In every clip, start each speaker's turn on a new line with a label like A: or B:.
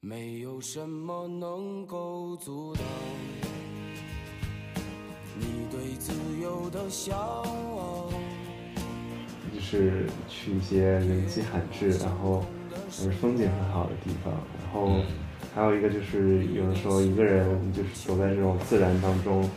A: 没有什么能够阻挡你对自由的向往。
B: 就是去一些人迹罕至，然后就是风景很好的地方，然后还有一个就是有的时候一个人就是走在这种自然当中，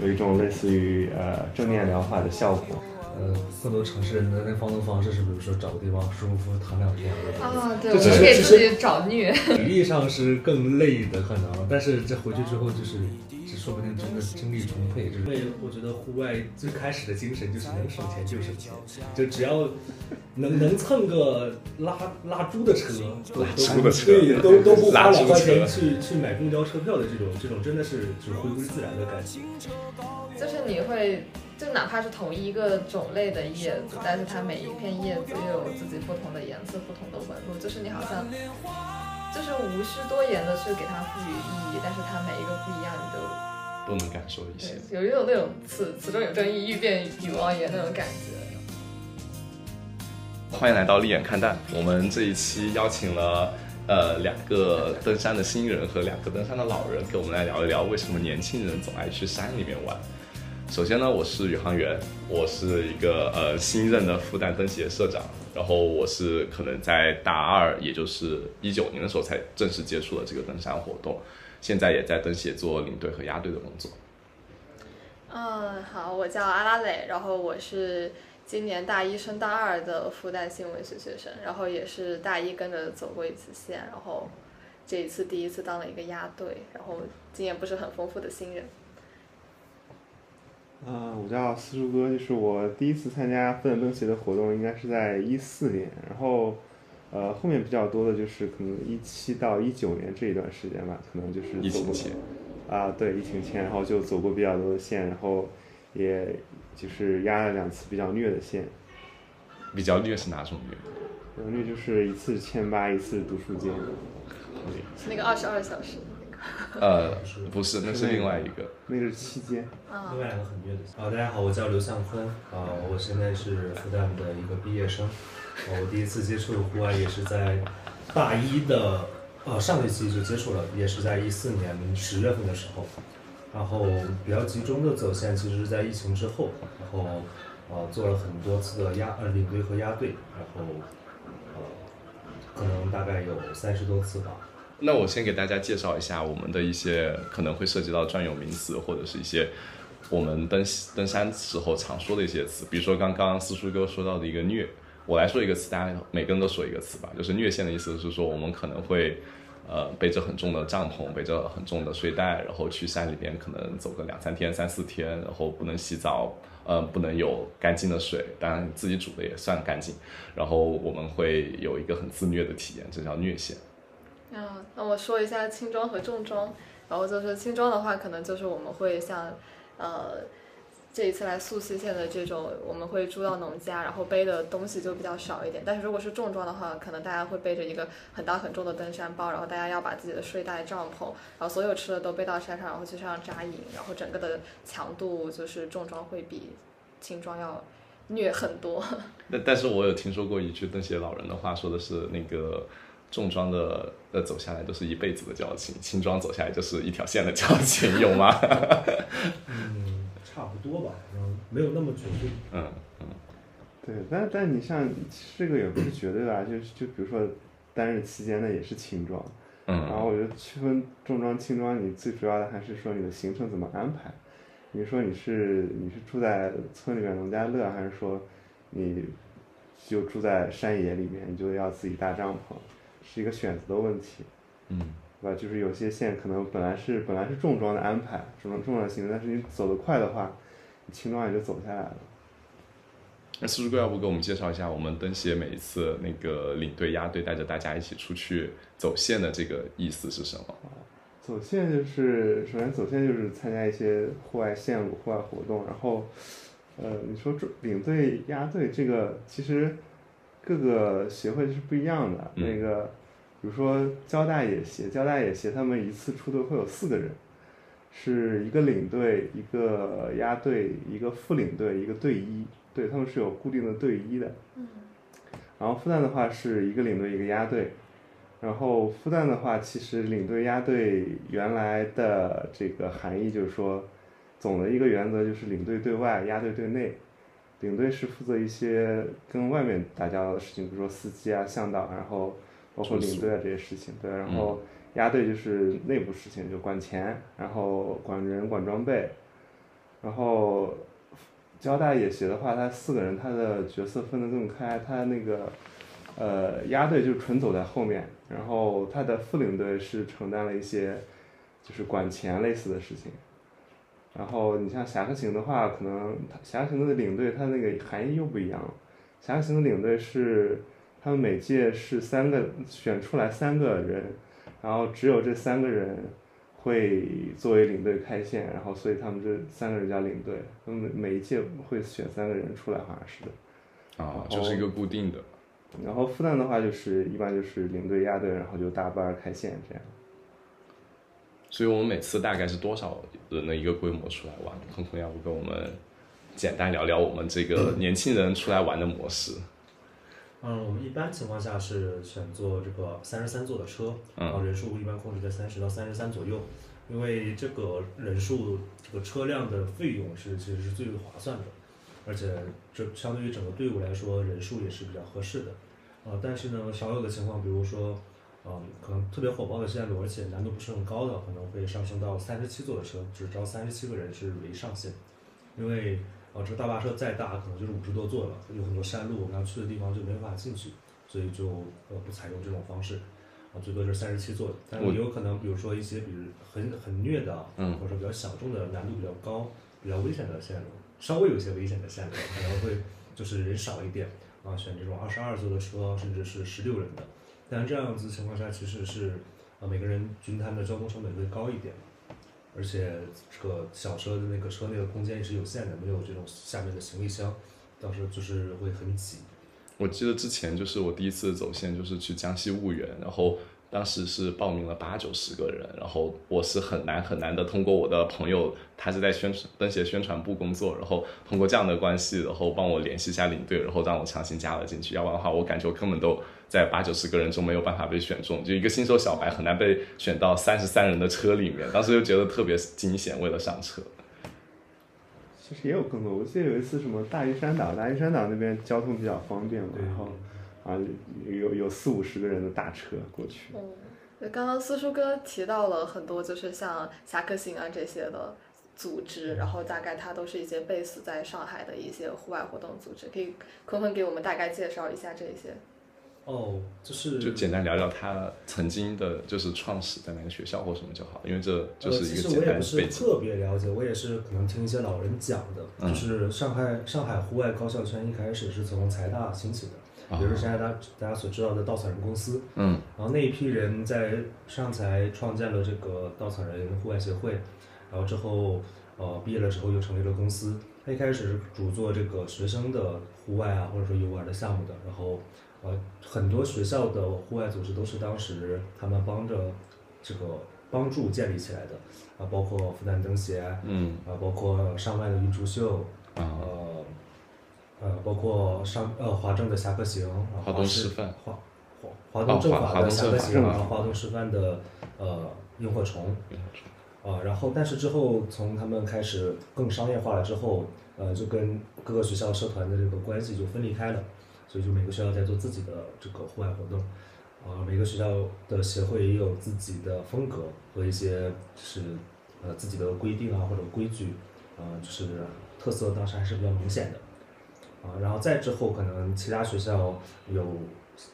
B: 有一种类似于呃正念疗法的效果。
C: 呃，更多城市人的那放松方式是，比如说找个地方舒舒服服躺两天。
D: 啊，对，
C: 这
D: 我
C: 只
D: 们
C: 是
D: 给
C: 只
D: 自
C: 是
D: 己找虐。
C: 体力上是更累的可能，但是这回去之后就是，这说不定真的精力充沛。就是因为我觉得户外最开始的精神就是能省钱就省钱，就只要能能蹭个拉拉猪的车，都
E: 拉猪的车
C: 对，都 都不花
E: 拉猪
C: 两块钱
E: 车
C: 去去买公交车票的这种，这种真的是就是回归自然的感觉。
D: 就是你会，就哪怕是同一个种类的叶子，但是它每一片叶子又有自己不同的颜色、不同的纹路，就是你好像，就是无需多言的去给它赋予意义，但是它每一个不一样，你都
E: 都能感受一些。
D: 对，有一种那种此此中有正义，欲辩与妄言那种感觉。
E: 欢迎来到立眼看淡，我们这一期邀请了。呃，两个登山的新人和两个登山的老人，给我们来聊一聊为什么年轻人总爱去山里面玩。首先呢，我是宇航员，我是一个呃新任的复旦登协社长，然后我是呃可能在大二，也就是一九年的时候才正式接触了这个登山活动，现在也在登协做领队和压队的工作。
F: 嗯，好，我叫阿拉蕾，然后我是今年大一升大二的复旦新闻学学生，然后也是大一跟着走过一次线，然后这一次第一次当了一个压队，然后经验不是很丰富的新人。
B: 啊、我叫四叔哥，就是我第一次参加奋斗登协的活动，应该是在一四年，然后，呃，后面比较多的就是可能一七到一九年这一段时间吧，可能就是
E: 疫
B: 走
E: 情
B: 过
E: 前，
B: 啊，对，疫情前，然后就走过比较多的线，然后也就是压了两次比较虐的线，
E: 比较虐是哪种虐？
B: 然后虐就是一次千八，一次读书间，
F: 那个二十二小时
E: 呃，不是，那是另外一个。
B: 那个是期间，
D: 嗯
C: 另外两个很虐的。啊，大家好，我叫刘向坤，啊，我现在是复旦的一个毕业生，啊，我第一次接触户外也是在大一的，呃，上学期就接触了，也是在一四年十月份的时候，然后比较集中的走线其实是在疫情之后，然后呃做了很多次的压呃领队和压队，然后呃可能大概有三十多次吧，
E: 那我先给大家介绍一下我们的一些可能会涉及到专有名词，或者是一些我们登登山时候常说的一些词，比如说刚刚四叔哥说到的一个虐，我来说一个词，大家每个人都说一个词吧，就是虐线的意思是说我们可能会。呃，背着很重的帐篷，背着很重的睡袋，然后去山里边可能走个两三天、三四天，然后不能洗澡，呃，不能有干净的水，当然自己煮的也算干净。然后我们会有一个很自虐的体验，这叫虐线。
F: 嗯，那我说一下轻装和重装，然后就是轻装的话，可能就是我们会像，呃，这一次来溯溪县的这种，我们会住到农家，然后背的东西就比较少一点。但是如果是重装的话，可能大家会背着一个很大很重的登山包，然后大家要把自己的睡袋、帐篷，然后所有吃的都背到山上，然后去山上扎营，然后整个的强度就是重装会比轻装要虐很多。
E: 但但是我有听说过一句那些老人的话，说的是那个重装的呃走下来都是一辈子的交情，轻装走下来就是一条线的交情，有吗？
C: 嗯，差不多吧，嗯，没有那么绝对。
E: 嗯，
B: 对，但但你像其实这个也不是绝对吧，就是就比如说单日期间的也是轻装。
E: 嗯
B: 然后我觉得区分重装轻装，你最主要的还是说你的行程怎么安排。你说你是你是住在村里面农家乐，还是说你就住在山野里面，你就要自己搭帐篷，是一个选择的问题，
E: 嗯，
B: 对吧？就是有些线可能本来是本来是重装的安排，重装重装的行程，但是你走得快的话，你轻装也就走下来了。
E: 那四叔哥要不给我们介绍一下我们登协每一次那个领队压队带着大家一起出去走线的这个意思是什么？
B: 走线就是，首先走线就是参加一些户外线路、户外活动，然后，呃，你说这领队、压队这个，其实各个协会是不一样的。
E: 嗯
B: 那个，比如说交大野协，交大野协他们一次出队会有四个人，是一个领队、一个压队、一个副领队、一个队医，对他们是有固定的队医的。然后复旦的话是一个领队一个压队，然后复旦的话，其实领队押队原来的这个含义就是说，总的一个原则就是领队对外，押队对内。领队是负责一些跟外面打交道的事情，比如说司机啊、向导，然后包括领队啊这些事情。对，然后押队就是内部事情，就管钱，然后管人、管装备。然后交大野协的话，他四个人他的角色分得更开，他那个呃押队就是纯走在后面，然后他的副领队是承担了一些就是管钱类似的事情。然后你像侠客行的话，可能他侠客行的领队他那个含义又不一样了。侠客行的领队是他们每届是三个选出来三个人，然后只有这三个人会作为领队开线，然后所以他们这三个人叫领队。他们每一届会选三个人出来，好像是的。
E: 啊，就是一个固定的。
B: 然后复旦的话就是一般就是领队压队，然后就大班开线这样。
E: 所以我们每次大概是多少人的一个规模出来玩？空空，要不跟我们简单聊聊我们这个年轻人出来玩的模式？
C: 嗯，我们一般情况下是选坐这个三十三座的车，
E: 嗯
C: 然后人数一般控制在三十到三十三左右，因为这个人数这个车辆的费用是其实是最划算的，而且这相对于整个队伍来说，人数也是比较合适的。呃，但是呢，少有的情况，比如说，嗯，可能特别火爆的线路，而且难度不是很高的，可能会上升到三十七座的车，只招三十七个人是为上限，因为啊，这个大巴车再大，可能就是五十多座了，有很多山路，我们要去的地方就没办法进去，所以就呃不采用这种方式，啊，最多是三十七座的。但是
E: 我
C: 也有可能，比如说一些比如很很虐的啊，
E: 嗯
C: 或者说比较小众的、难度比较高、比较危险的线路，稍微有一些危险的线路，可能会就是人少一点啊，选这种二十二座的车，甚至是十六人的。但是这样子情况下，其实是啊每个人均摊的交通成本会高一点。而且这个小车的那个车内的空间也是有限的，没有这种下面的行李箱，到时候就是会很挤。
E: 我记得之前就是我第一次走线，就是去江西婺源，然后当时是报名了八九十个人，然后我是很难很难的通过我的朋友，他是在宣传登协宣传部工作，然后通过这样的关系，然后帮我联系一下领队，然后让我强行加了进去，要不然的话，我感觉我根本都在八九十个人中没有办法被选中，就一个新手小白很难被选到三十三人的车里面，当时就觉得特别惊险，为了上车。
B: 其实也有更多，我记得有一次什么大屿山岛，大屿山岛那边交通比较方便嘛，然后啊有有四五十个人的大车过 去，
F: 对，刚刚四叔哥提到了很多，就是像侠客行啊这些的组织，然后大概它都是一些 base 在上海的一些户外活动组织，可以坤坤给我们大概介绍一下这些。
C: 哦，就是
E: 就简单聊聊他曾经的，就是创始在哪个学校或什么就好，因为这就是一个简单
C: 呃。其实我也
E: 的背
C: 不是
E: 景。
C: 特别了解，我也是可能听一些老人讲的，
E: 嗯
C: 就是上海上海户外高校圈一开始是从财大兴起的，
E: 啊
C: 比如现在大大家所知道的稻草人公司，
E: 嗯，
C: 然后那一批人在上财创建了这个稻草人户外协会，然后之后呃毕业了之后又成立了公司。他一开始是主做这个学生的户外啊，或者说游玩的项目的，然后呃很多学校的户外组织都是当时他们帮着这个帮助建立起来的啊，包括复旦登协，
E: 嗯
C: 啊，包括上外的云竹秀，
E: 啊
C: 呃，呃，包括上呃华政的侠客行，啊
E: 华东师范
C: 华华华东政
E: 哦华
C: 法
E: 华
C: 的
E: 东
C: 侠
E: 政
C: 客
E: 法
C: 行，
B: 政
C: 啊，华东师范的呃萤火虫，啊，然后但是之后从他们开始更商业化了之后，呃，就跟各个学校社团的这个关系就分离开了，所以就每个学校在做自己的这个户外活动，啊、每个学校的协会也有自己的风格和一些就是呃自己的规定啊或者规矩，啊、就是特色当时还是比较明显的，啊、然后再之后可能其他学校有。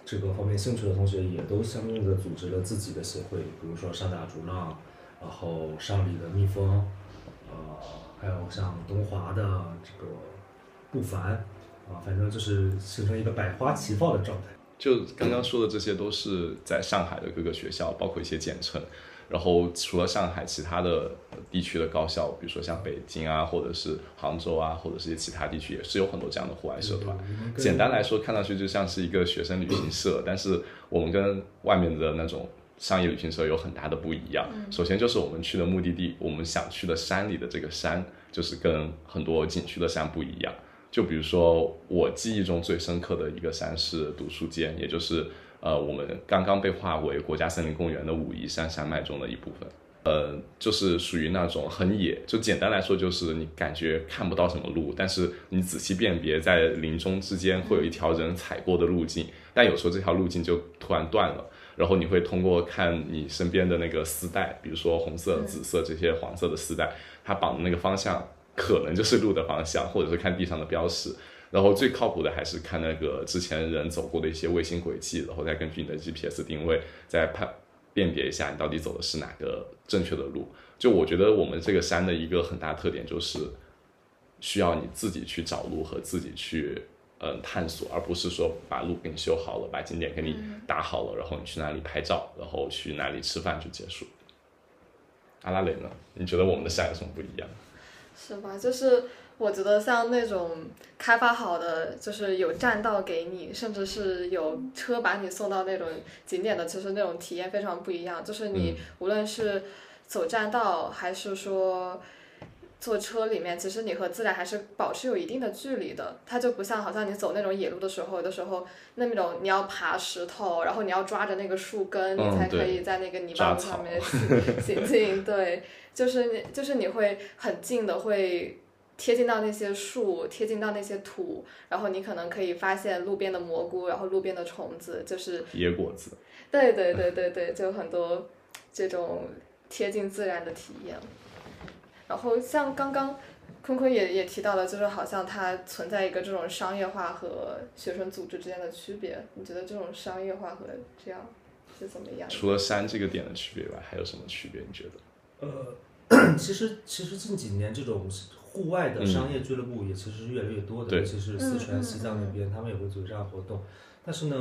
C: 这个方面兴趣的同学也都相应的组织了自己的协会，比如说上大竹浪，然后上里的蜜蜂，呃，还有像东华的这个不凡，啊、反正就是形成一个百花齐放的状态。
E: 就刚刚说的这些都是在上海的各个学校，包括一些简称。然后除了上海，其他的地区的高校，比如说像北京啊，或者是杭州啊，或者是一些其他地区，也是有很多这样的户外社团。嗯简单来说，看上去就像是一个学生旅行社，但是我们跟外面的那种商业旅行社有很大的不一样。首先就是我们去的目的地，我们想去的山里的这个山，就是跟很多景区的山不一样。就比如说我记忆中最深刻的一个山是独树间，也就是呃，我们刚刚被划为国家森林公园的武夷山山脉中的一部分。呃，就是属于那种很野，就简单来说，就是你感觉看不到什么路，但是你仔细辨别，在林中之间会有一条人踩过的路径，但有时候这条路径就突然断了，然后你会通过看你身边的那个丝带，比如说红色、紫色这些黄色的丝带，它绑的那个方向可能就是路的方向，或者是看地上的标识。然后最靠谱的还是看那个之前人走过的一些卫星轨迹，然后再根据你的 GPS 定位，再判辨别一下你到底走的是哪个正确的路。就我觉得我们这个山的一个很大特点就是需要你自己去找路和自己去嗯探索，而不是说把路给你修好了，把景点给你
D: 嗯
E: 打好了，然后你去哪里拍照，然后去哪里吃饭就结束。阿拉蕾呢？你觉得我们的山有什么不一样？
D: 是吧？就是我觉得像那种开发好的，就是有栈道给你，甚至是有车把你送到那种景点的，其实那种体验非常不一样。就是你
E: 嗯
D: 无论是走栈道，还是说坐车里面，其实你和自然还是保持有一定的距离的。它就不像好像你走那种野路的时候，有的时候那种你要爬石头，然后你要抓着那个树根，
E: 嗯
D: 你才可
E: 对
D: 以在那个泥巴
E: 抓
D: 路
E: 草
D: 上面行 行进。对，就是你就是你会很近的会贴近到那些树，贴近到那些土，然后你可能可以发现路边的蘑菇，然后路边的虫子，就是
E: 野果子。
D: 对对对对对，就很多这种贴近自然的体验。然后像刚刚坤坤也也提到了，就是好像它存在一个这种商业化和学生组织之间的区别，你觉得这种商业化和这样是怎么样的？
E: 除了山这个点的区别以外，还有什么区别？你觉得？
C: 呃， 其实其实近几年这种户外的商业俱乐部也其实是越来越多的，
E: 嗯对
C: 尤其是四
D: 嗯嗯
C: 川、西藏那边，他们也会组织这样的活动。但是呢，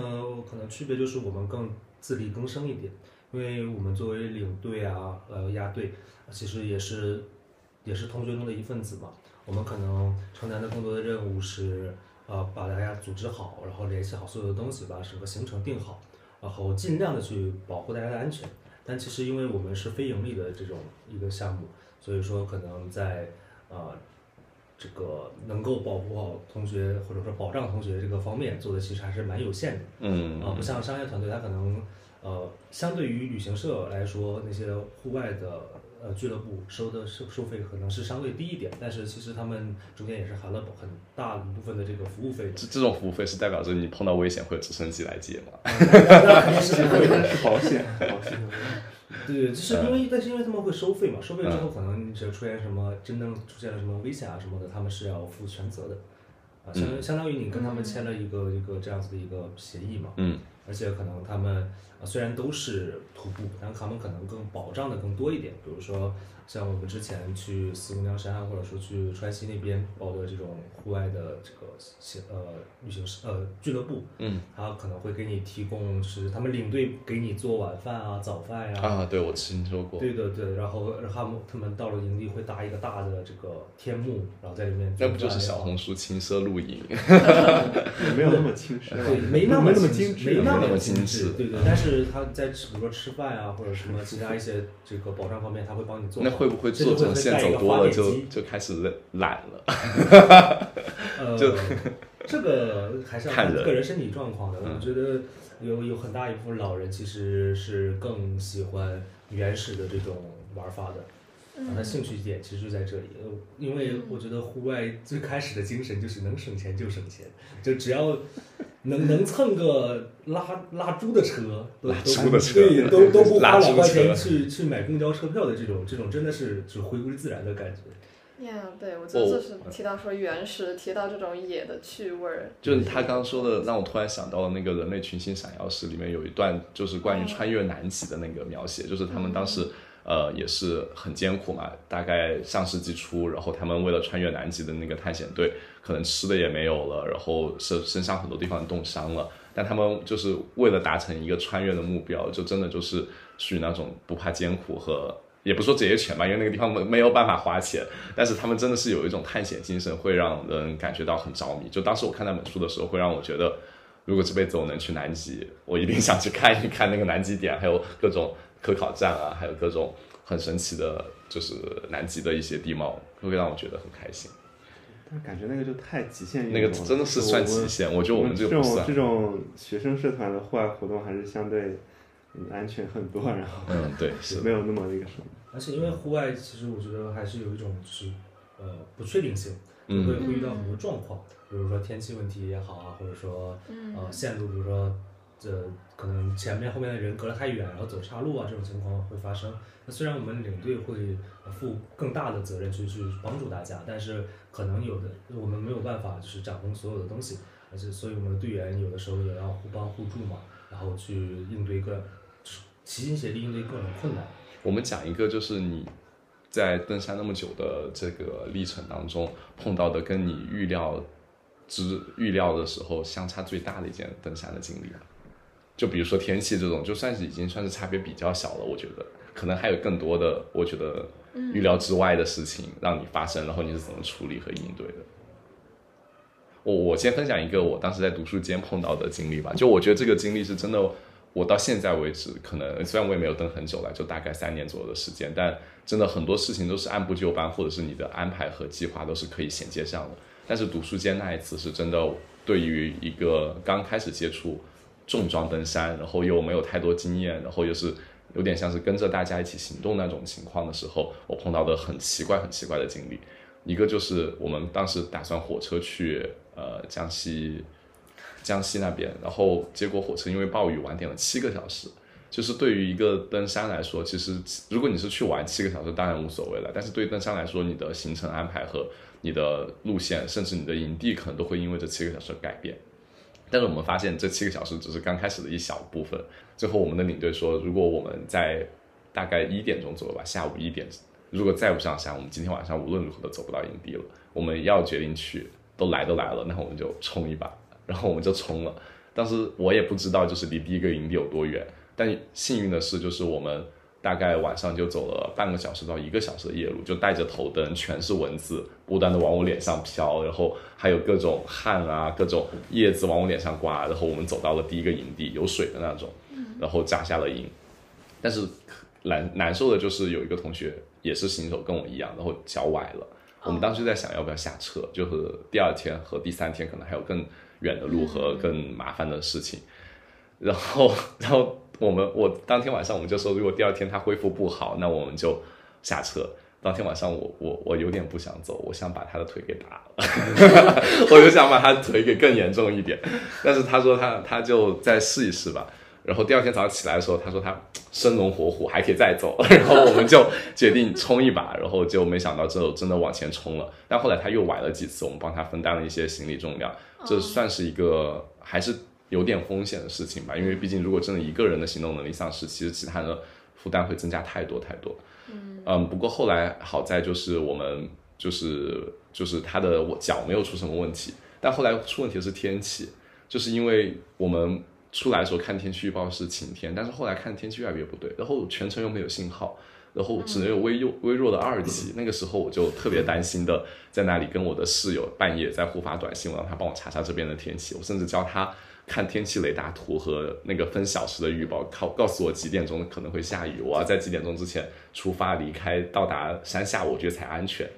C: 可能区别就是我们更自力更生一点，因为我们作为领队啊，呃，压队，其实也是也是同学中的一份子嘛。我们可能承担的更多的任务是，呃，把大家组织好，然后联系好所有的东西，把整个行程定好，然后尽量的去保护大家的安全。但其实因为我们是非盈利的这种一个项目，所以说可能在呃这个能够保护好同学或者说保障同学这个方面做的其实还是蛮有限的。
E: 嗯
C: 啊，不像商业团队，它可能呃，相对于旅行社来说，那些户外的呃俱乐部收的收收费可能是相对低一点，但是其实他们中间也是含了很大一部分的这个服务费的。
E: 这这种服务费是代表着你碰到危险会有直升机来接吗？
C: 那肯定是不会的
B: 保险，保险，
C: 对，就是
E: 嗯
C: 因为，但是因为他们会收费嘛，收费之后可能你只要出现什么真正出现了什么危险啊什么的，他们是要负全责的，啊，相
E: 嗯
C: 当相当于你跟他们签了一个一个这样子的一个协议嘛，
E: 嗯，
C: 而且可能他们啊虽然都是徒步，但他们可能更保障的更多一点，比如说像我们之前去四姑娘山啊，或者说去川西那边报的这种户外的这个行呃旅行社呃俱乐部，
E: 嗯，
C: 他可能会给你提供是他们领队给你做晚饭啊、早饭呀、
E: 啊，对，我听说过。
C: 对的，对，然后他们他们到了营地会搭一个大的这个天幕，然后在里面
E: 那不就是小
C: 红？
E: 红书轻奢露营？
B: 也没有那么轻奢吧，
C: 对，没那
B: 没
C: 么
B: 那么精
C: 精致，没
B: 致，啊
C: 那
E: 没那么
C: 精
E: 精
C: 致，
E: 致嗯
C: 对对。但是他在吃，比如说吃饭啊，或者什么其他一些这个保障方面，他会帮你做好。
E: 那会不会
C: 这
E: 做
C: 就
E: 这种
C: 会
E: 线
C: 带一
E: 走
C: 个
E: 多
C: 发
E: 了
C: 电
E: 就
C: 机
E: 就开始懒了？
C: 呃，
E: 就
C: 这个还是要
E: 看
C: 看
E: 人嗯
C: 个人身体状况的。我觉得有有很大一部分老人其实是更喜欢原始的这种玩法的。啊，他兴趣点其实就在这里，呃因为我觉得户外最开始的精神就是能省钱就省钱，就只要能能蹭个拉拉猪的车，都
E: 拉
C: 都
E: 猪
C: 不
E: 的车
C: 对，都都不花
E: 拉猪
C: 两块
E: 车
C: 钱去去买公交车票的这种，这种真的是就是回归自然的感觉。
D: 呀对，我觉得
E: 我
D: 就是提到说原始，提到这种野的趣味儿，
E: 就是他刚刚说的，让我突然想到了那个《人类群星闪耀时》里面有一段，就是关于穿越南极的那个描写，就是他们当时。呃，也是很艰苦嘛，大概上世纪初，然后他们为了穿越南极的那个探险队，可能吃的也没有了，然后身身上很多地方冻伤了，但他们就是为了达成一个穿越的目标，就真的就是属于那种不怕艰苦和，也不说职业犬吧，因为那个地方没没有办法花钱，但是他们真的是有一种探险精神，会让人感觉到很着迷。就当时我看那本书的时候，会让我觉得，如果这辈子我能去南极，我一定想去看一看那个南极点，还有各种科考站啊，还有各种很神奇的，就是南极的一些地貌，会让我觉得很开心。
B: 但是感觉那个就太极限运
E: 那
B: 动
E: 个
B: 了，
E: 真的是
B: 我
E: 算
B: 我
E: 极限，我觉得我
B: 们
E: 们这个
B: 种
E: 不算
B: 这。种学生社团的户外活动还是相对嗯安全很多，然后
E: 嗯，对，是
B: 没有那么那个什么。
C: 而且因为户外，其实我觉得还是有一种就是呃不确定性，就会
E: 嗯
C: 会遇到很多状况，比如说天气问题也好啊，或者说
D: 嗯
F: 嗯
E: 啊
C: 呃线路，比如说这、可能前面后面的人隔得太远，然后走岔路啊这种情况会发生。那虽然我们领队会呃负更大的责任去去帮助大家，但是可能有的我们没有办法就是掌控所有的东西，而且所以我们的队员有的时候也要互帮互助嘛，然后去应对各就是齐心协力应对各种困难。
E: 我们讲一个，就是你在登山那么久的这个历程当中碰到的，跟你预料之预料的时候相差最大的一件登山的经历吧。就比如说天气这种，就算是已经算是差别比较小了，我觉得可能还有更多的，我觉得预料之外的事情让你发生，然后你是怎么处理和应对的。我我先分享一个我当时在读书间碰到的经历吧，就我觉得这个经历是真的，我到现在为止，可能虽然我也没有登很久了，就大概三年左右的时间，但真的很多事情都是按部就班，或者是你的安排和计划都是可以衔接上的。但是读书间那一次是真的，对于一个刚开始接触重装登山，然后又没有太多经验，然后又是有点像是跟着大家一起行动那种情况的时候，我碰到的很奇怪、很奇怪的经历。一个就是我们当时打算火车去呃江西江西那边，然后结果火车因为暴雨晚点了七个小时。就是对于一个登山来说，其实如果你是去玩七个小时，当然无所谓了。但是对于登山来说，你的行程安排和你的路线，甚至你的营地，可能都会因为这七个小时而改变。但是我们发现这七个小时只是刚开始的一小部分。最后，我们的领队说，如果我们在大概一点钟左右吧，下午一点，如果再不上山，我们今天晚上无论如何都走不到营地了。我们要决定去，都来都来了，那我们就冲一把。然后我们就冲了。当时我也不知道，就是离第一个营地有多远。但幸运的是，就是我们大概晚上就走了半个小时到一个小时的夜路，就带着头灯，全是蚊子，不断的往我脸上飘，然后还有各种汗啊，各种叶子往我脸上刮。然后我们走到了第一个营地，有水的那种，然后扎下了营。但是难难受的就是有一个同学也是新手，跟我一样，然后脚崴了。我们当时在想要不要下车，就是第二天和第三天可能还有更远的路和更麻烦的事情。然后， 然后我们我当天晚上我们就说，如果第二天他恢复不好，那我们就下车。当天晚上我我我有点不想走，我想把他的腿给打了， 我就想把他腿给更严重一点。但是他说他他就再试一试吧。然后第二天早上起来的时候，他说他生龙活虎，还可以再走。然后我们就决定冲一把， 然后就没想到之后真的往前冲了。但后来他又崴了几次，我们帮他分担了一些行李重量，这算是一个还是有点风险的事情吧。因为毕竟如果真的一个人的行动能力丧失，其实其他人的负担会增加太多太多。嗯，不过后来好在就是我们就是就是他的我脚没有出什么问题，但后来出问题的是天气，就是因为我们出来的时候看天气预报是晴天，但是后来看天气越来越不对，然后全程又没有信号，然后只能有微弱微弱的二级，那个时候我就特别担心的在那里跟我的室友半夜在互发短信，我让他帮我查查这边的天气，我甚至教他。看天气雷达图和那个分小时的预报，告告诉我几点钟可能会下雨，我要在几点钟之前出发离开，到达山下，我觉得才安全。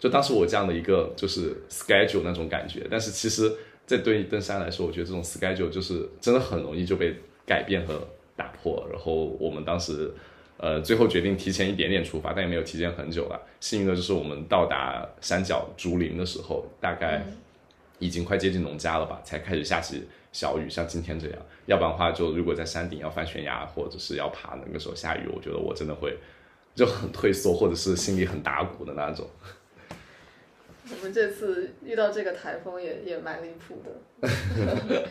E: 就当时我这样的一个就是 schedule 那种感觉，但是其实，在对于登山来说，我觉得这种 schedule 就是真的很容易就被改变和打破。然后我们当时，呃，最后决定提前一点点出发，但也没有提前很久了。幸运的就是我们到达山脚竹林的时候，大概已经快接近农家了吧，才开始下起小雨，像今天这样。要不然的话，就如果在山顶要翻悬崖或者是要爬，那个时候下雨，我觉得我真的会就很退缩，或者是心里很打鼓的那种。
F: 我们这次遇到这个台风也也蛮离谱 的，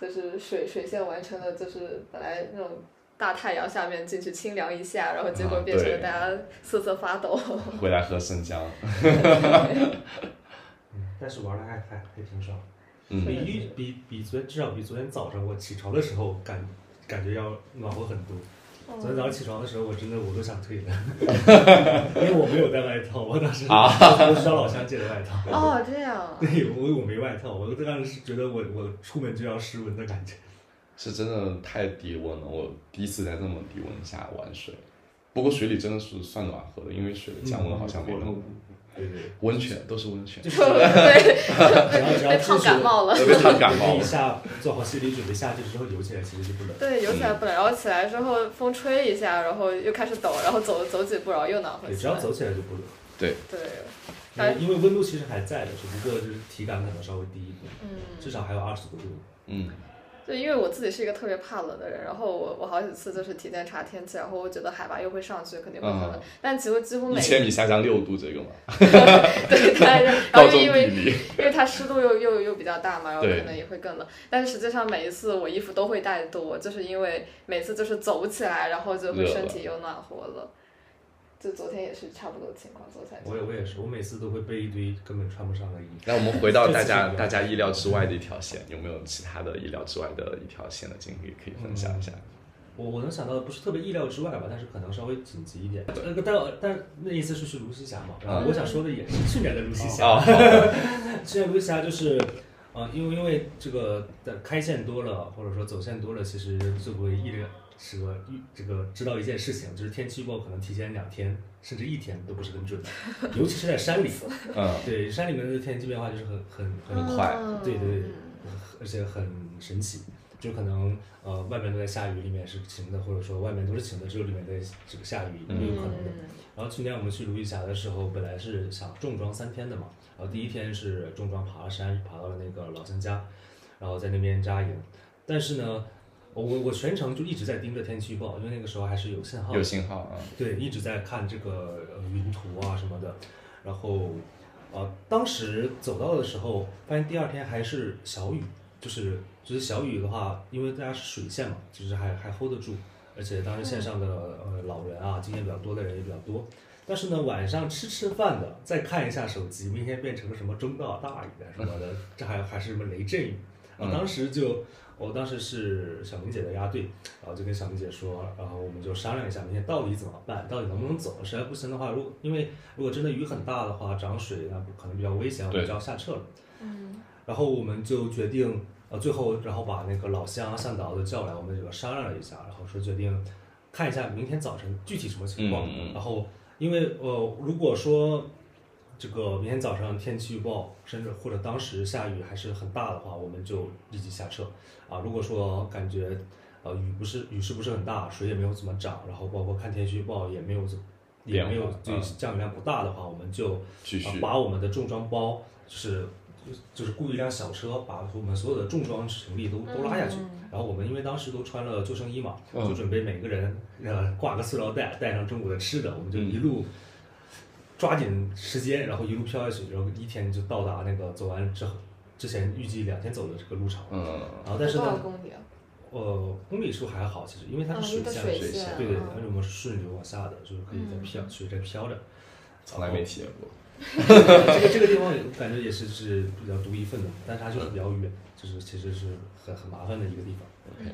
F: 就是水水线完成了，就是本来那种大太阳下面进去清凉一下，然后结果
E: 啊
F: 变成了
E: 对
F: 大家瑟瑟发抖。
E: 回来喝生姜，
C: 嗯，但是玩的还还还挺爽。
E: 嗯
C: 比预比比昨天至少比昨天早上我起床的时候感感觉要暖和很多。昨天早上起床的时候，我真的我都想退了， 因为我没有带外套，我当时
E: 啊
C: 我是找老乡借的外套。
F: 哦，这样，
C: 对，我我没外套，我当时觉得我我出门就要湿温的感觉。
E: 是真的太低温了，我第一次在那么低温下玩水。不过水里真的是算暖和的，因为水的降温好像没那么。
C: 对对，
E: 温泉都是温泉
C: 就。是
F: 对，
C: 只要只要
F: 被烫感冒了
E: 我被烫感冒
C: 一
E: 了，
C: 下做好心理准备，下去之后游起来其实是不冷。
F: 对，游起
E: 嗯
F: 来不冷，然后起来之后风吹一下，然后又开始抖，然后走走几步，然后又暖和
C: 对，
F: 起
C: 只
F: 来
C: 要。走起来就不冷。
F: 对，
C: 因为
F: 哎
C: 因为温度其实还在的，只不过就是体感可能稍微低一点，
F: 嗯，
C: 至少还有二十多度。
E: 嗯，
F: 就因为我自己是一个特别怕冷的人，然后我我好几次就是提前查天气，然后我觉得海拔又会上去，肯定会很冷。
E: 嗯
F: 但几乎几乎每
E: 一千米下降六度这个嘛，
F: 对，它 然
E: 高
F: 后又
E: 中
F: 因
E: 地
F: 为
E: 理，
F: 因为它湿度又又又比较大嘛，然后
E: 对
F: 可能也会更冷。但是实际上每一次我衣服都会带多，就是因为每次就是走起来，然后就会
E: 热了
F: 身体又暖和了。就昨天也是差不多情况，昨天
C: 我也我也是，我每次都会备一堆根本穿不上的衣服。
E: 那我们回到大
C: 这次
E: 家
C: 是
E: 大家意料之外的一条线，有没有其他的意料之外的一条线的经历可以分享一下？
C: 我我能想到的不是特别意料之外吧，但是可能稍微紧急一点。呃，但但那一次是去卢西峡嘛，然后我想说的也是去年的卢西峡。
E: 啊，
C: 去年卢西峡就是，呃，因为因为这个的开线多了，或者说走线多了，其实就会意料这个一这个知道一件事情，就是天气预报可能提前两天甚至一天都不是很准，尤其是在山里。
E: 嗯，
C: 对，山里面的天气变化就是很很很
E: 很快
D: 嗯
C: 对对对，而且很神奇，就可能呃外面都在下雨，里面是晴的，或者说外面都是晴的，只有里面在这个下雨，
E: 嗯
C: 也有可能的。然后去年我们去卢昱峡的时候，本来是想重装三天的嘛，然后第一天是重装爬了山，爬到了那个老乡家，然后在那边扎营，但是呢。我我全程就一直在盯着天气预报，因为那个时候还是有信号的
E: 有信号啊，
C: 对，一直在看这个呃云图啊什么的，然后呃，当时走到的时候，发现第二天还是小雨，就是就是小雨的话，因为大家是水线嘛，就是还还 hold 得住，而且当时线上的呃老人啊，经验比较多的人也比较多。但是呢，晚上吃吃饭的，再看一下手机，明天变成什么中到大雨啊什么的，这还还是什么雷阵雨啊！
E: 嗯
C: 当时就，我当时是小明姐的压队，然后就跟小明姐说，然后我们就商量一下明天到底怎么办，到底能不能走。实在不行的话，如果因为如果真的雨很大的话，涨水那可能比较危险，我们
E: 对
C: 就要下车了。嗯。然后我们就决定，呃，最后然后把那个老乡向导都叫来，我们几个商量了一下，然后说决定看一下明天早晨具体什么情况。
E: 嗯嗯
C: 然后因为呃，如果说这个明天早上天气预报，甚至或者当时下雨还是很大的话，我们就立即下车啊。如果说感觉呃雨不是雨势不是很大，水也没有怎么涨，然后包括看天气预报也没有怎也没有
E: 变化
C: 对
E: 嗯
C: 降雨量不大的话，我们就
E: 继续
C: 啊把我们的重装包就是就是雇一辆小车，把我们所有的重装行李都都拉下去。然后我们因为当时都穿了救生衣嘛，
E: 嗯
C: 就准备每个人呃挂个塑料袋，带上中午的吃的，我们就
E: 嗯
C: 一路抓紧时间，然后一路飘下去，然后一天就到达那个走完之后之前预计两天走的这个路程。
E: 嗯，
C: 然后但是
D: 多少
C: 呢，
D: 公里啊？
C: 呃，公里数还好，其实因为它
D: 啊
C: 是
D: 一个
C: 水下
D: 水
E: 水
D: 线
E: 下
C: 对对，
D: 嗯
C: 但是我们是顺流往下的，就是可以在飘、水在飘着。
E: 从来没体验过。
C: 这个这个地方我感觉也是是比较独一份的，但是它就是比较远，就是其实是很很麻烦的一个地方。
E: OK，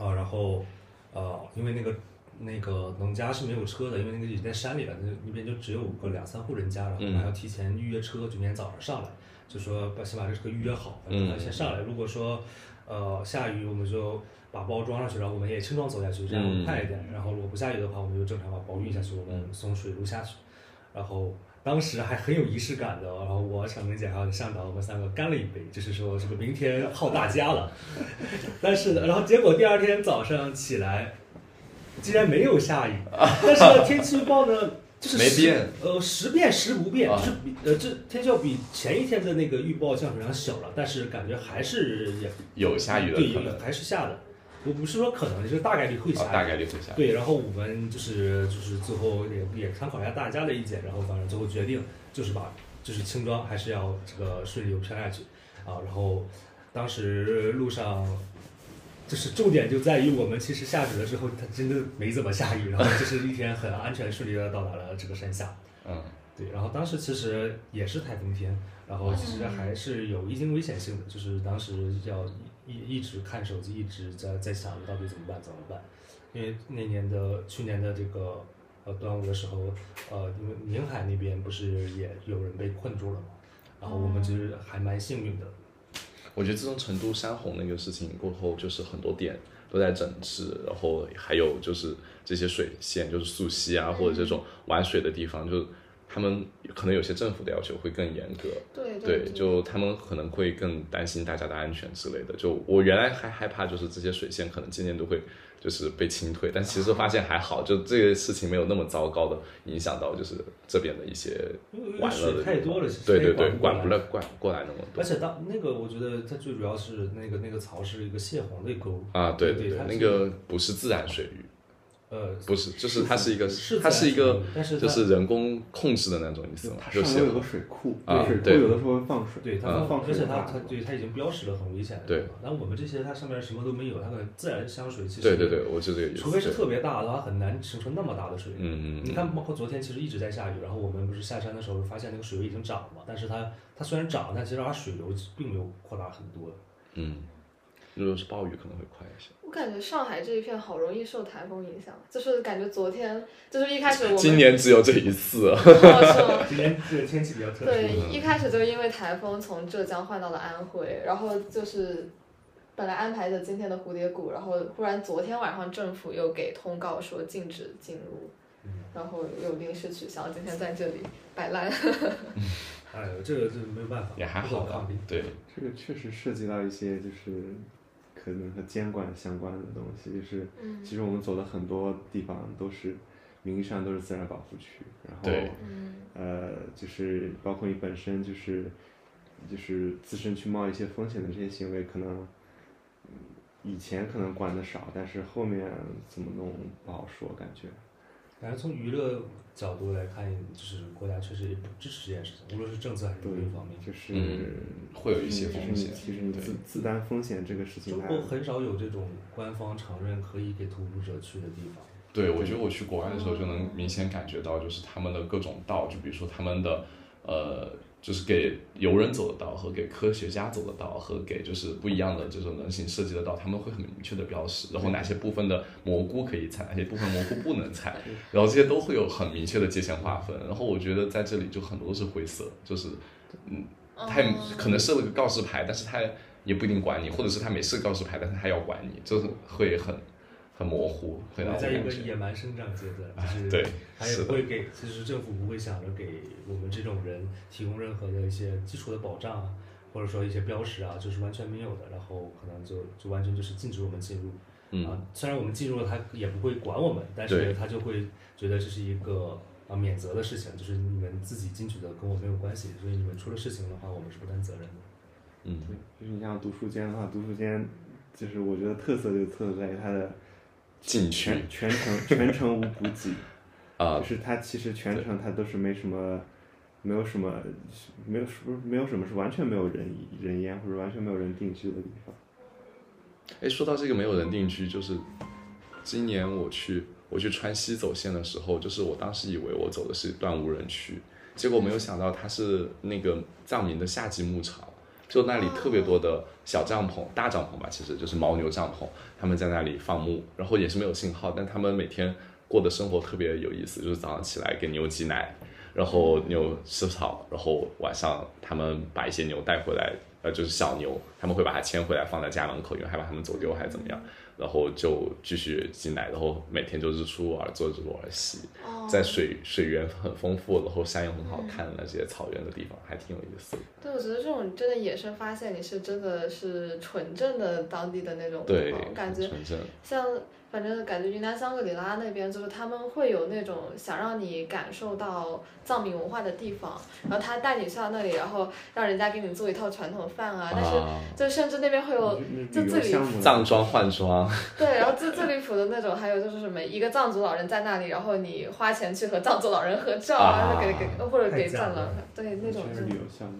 D: 嗯
C: 啊，然后呃，因为那个那个农家是没有车的，因为那个也在山里了，那那边就只有个两三户人家，然后我们还要提前预约车，就明天早上上来，就说把先把这车预约好，反正他先上来。如果说呃下雨，我们就把包装上去，然后我们也轻装走下去，这样
E: 嗯
C: 快一点。然后如果不下雨的话，我们就正常把包运下去，我们从水路下去。然后当时还很有仪式感的，哦然后我小明姐还有向导，我们三个干了一杯，就是说这个明天浩大家了。 但是呢，然后结果第二天早上起来，竟然没有 下雨，但是呢，天气预报呢，就是
E: 没
C: 时
E: 变，
C: 呃，时变时不变，
E: 啊
C: 就是比呃这天气要比前一天的那个预报降水量小了，但是感觉还是也
E: 有下雨的
C: 嗯对
E: 可能，
C: 还是下的，我不是说可能，就是大概率会下
E: 啊
C: 雨。
E: 大概率会下。
C: 对，然后我们就是就是最后也也参考一下大家的意见，然后反正最后决定就是把就是轻装还是要这个顺流飘下去啊。然后当时路上就是重点就在于我们其实下雨了之后，它真的没怎么下雨，然后就是一天很安全顺利的到达了这个山下。
E: 嗯，
C: 对，然后当时其实也是台风天，然后其实还是有一定危险性的，就是当时要一一一直看手机，一直在在想到底怎么办怎么办，因为那年的去年的这个呃端午的时候，呃，因为宁海那边不是也有人被困住了嘛，然后我们其实还蛮幸运的，
E: 哦我觉得自从成都山洪那个事情过后，就是很多点都在整治，然后还有就是这些水线，就是溯溪啊或者这种玩水的地方，就是他们可能有些政府的要求会更严格，
D: 对
E: 对，就他们可能会更担心大家的安全之类的。就我原来还害怕，就是这些水线可能渐渐都会就是被清退，但其实发现还好，就这个事情没有那么糟糕的影响到就是这边的一些玩乐
C: 水
E: 的。
C: 太多了，其实
E: 对对对，
C: 管
E: 管不
C: 了。
E: 了，管不过来那么多
C: 而。且当那个，我觉得它最主要是那个那个槽是一个泄洪的沟，
E: 啊，对
C: 对
E: 对
C: 它，
E: 那
C: 是
E: 个不是自然水域，
C: 呃，
E: 不是，就是它是一个，
C: 是
E: 它是一个，，
C: 但是
E: 就
C: 它
E: 是人工控制的那种，你知道吗？
B: 它
E: 就
B: 上
E: 是
B: 游有个水库，
E: 啊
B: 水库
E: 对嗯
B: 有的时候会放水，
C: 对它
B: 然后
C: 放，
B: 放
C: 而
B: 水
C: 且它
B: 大
C: 它对它已经标识了很危险的
E: 呃对
C: 地方，但我们这些它上面什么都没有，它可能自然香水其实
E: 对对，对，我就这个意思。
C: 除非是
E: 对
C: 特别大的话，很难形成那么大的水域。
E: 嗯嗯
C: 你
E: 嗯，
C: 看，包括昨天其实一直在下雨，然后我们不是下山的时候发现那个水位已经涨了嘛，但是它它虽然涨，但其实它水流并没有扩大很多。
E: 嗯，如果是暴雨可能会快一些。
F: 我感觉上海这一片好容易受台风影响，就是感觉昨天就是一开始我们
E: 今年只有这一次，啊
F: 哦是 吗
C: 今天这个天气比较特殊，
F: 对，一开始就因为台风从浙江换到了安徽，然后就是本来安排着今天的蝴蝶谷，然后忽然昨天晚上政府又给通告说禁止进入，然后又临时取消，今天在这里摆烂。
C: 哎呦，这个这个没有办法，
E: 也还好
C: 不可
E: 吧
C: 抗力。。
E: 对，
B: 这个确实涉及到一些就是可能和监管相关的东西，就是
C: 嗯
B: 其实我们走的很多地方都是名义上都是自然保护区，然后
E: 对
B: 呃就是包括你本身就是就是自身去冒一些风险的这些行为，可能嗯以前可能管的少，但是后面怎么弄不好说，感觉。
C: 反正从娱乐角度来看，就是国家确实也不支持这件事情，无论是政策还是
B: 对
C: 法律方面，。
B: 就是、
E: 嗯会有一些风
B: 就是
E: 险
B: 你。其实你
E: 对
B: 自自担风险这个事情
C: 中
B: 它，
C: 国很少有这种官方承认可以给徒步者去的地方。
E: 对，我觉得我去国外的时候就能明显感觉到，就是他们的各种道，就比如说他们的，呃，就是给游人走的道和给科学家走的道和给就是不一样的这种人行设计的道，他们会很明确的标识，然后哪些部分的蘑菇可以采，哪些部分蘑菇不能采，然后这些都会有很明确的界限划分。然后我觉得在这里就很多都是灰色，就是他
F: 嗯
D: 哦
E: 也可能设了个告示牌，但是他也不一定管你，或者是他没设告示牌，但是他要管你，就是会很很模糊，会让我
C: 在一
E: 感
C: 个
E: 觉。
C: 野蛮生长阶段，就是
E: 对
C: 他也
E: 是
C: 不
E: 的
C: 会给，其实政府不会想着给我们这种人提供任何的一些基础的保障啊，或者说一些标识啊，就是完全没有的。然后可能就就完全就是禁止我们进入。
E: 嗯
C: 啊，虽然我们进入了，他也不会管我们，但是
E: 对
C: 他就会觉得这是一个啊免责的事情，就是你们自己进去的，跟我没有关系，所以你们出了事情的话，我们是不担责任的。
E: 嗯
B: 对，就是你像读书间的话，读书间就是我觉得特色就特色在于它的
E: 禁区
B: 全全程全程无补给，
E: 啊
B: 就，是它其实全程它都是没什么，没有什么，没有什么没有什么是完全没有人人烟或者完全没有人定居的地方。
E: 哎，说到这个没有人定居，就是今年我去我去川西走线的时候，就是我当时以为我走的是一段无人区，结果没有想到它是那个藏民的夏季牧场，就那里特别多的小帐篷、大帐篷吧，其实就是牦牛帐篷，他们在那里放牧，然后也是没有信号，但他们每天过的生活特别有意思，就是早上起来给牛挤奶，然后牛吃草，然后晚上他们把一些牛带回来，呃，就是小牛，他们会把它牵回来放在家门口，因为害怕它们走丢还是怎么样，然后就继续挤奶，然后每天就日出而作，日落而息，
F: 哦
E: 在水 水源很丰富，然后山又很好
F: 嗯
E: 看的那些草原的地方，还挺有意思的。
F: 对，我觉得这种真的野生发现，你是真的是纯正的当地的那种
E: 对
F: 文化，感觉啊
E: 纯正，
F: 像反正感觉云南香格里拉那边，就是他们会有那种想让你感受到藏民文化的地方，然后他带你上那里，然后让人家给你做一套传统饭啊，但是
E: 啊
F: 就甚至那边会
C: 嗯
F: 有就
B: 那旅
F: 这
B: 游
F: 里
B: 项目呢
E: 藏装换装，
F: 对，然后最最离谱的那种，还有就是什么一个藏族老人在那里，然后你花钱去和藏族老人合照啊，然后给给或者给
C: 太假
F: 藏老
C: 了
F: 人，对那种
B: 全
F: 就是是
B: 旅游项目。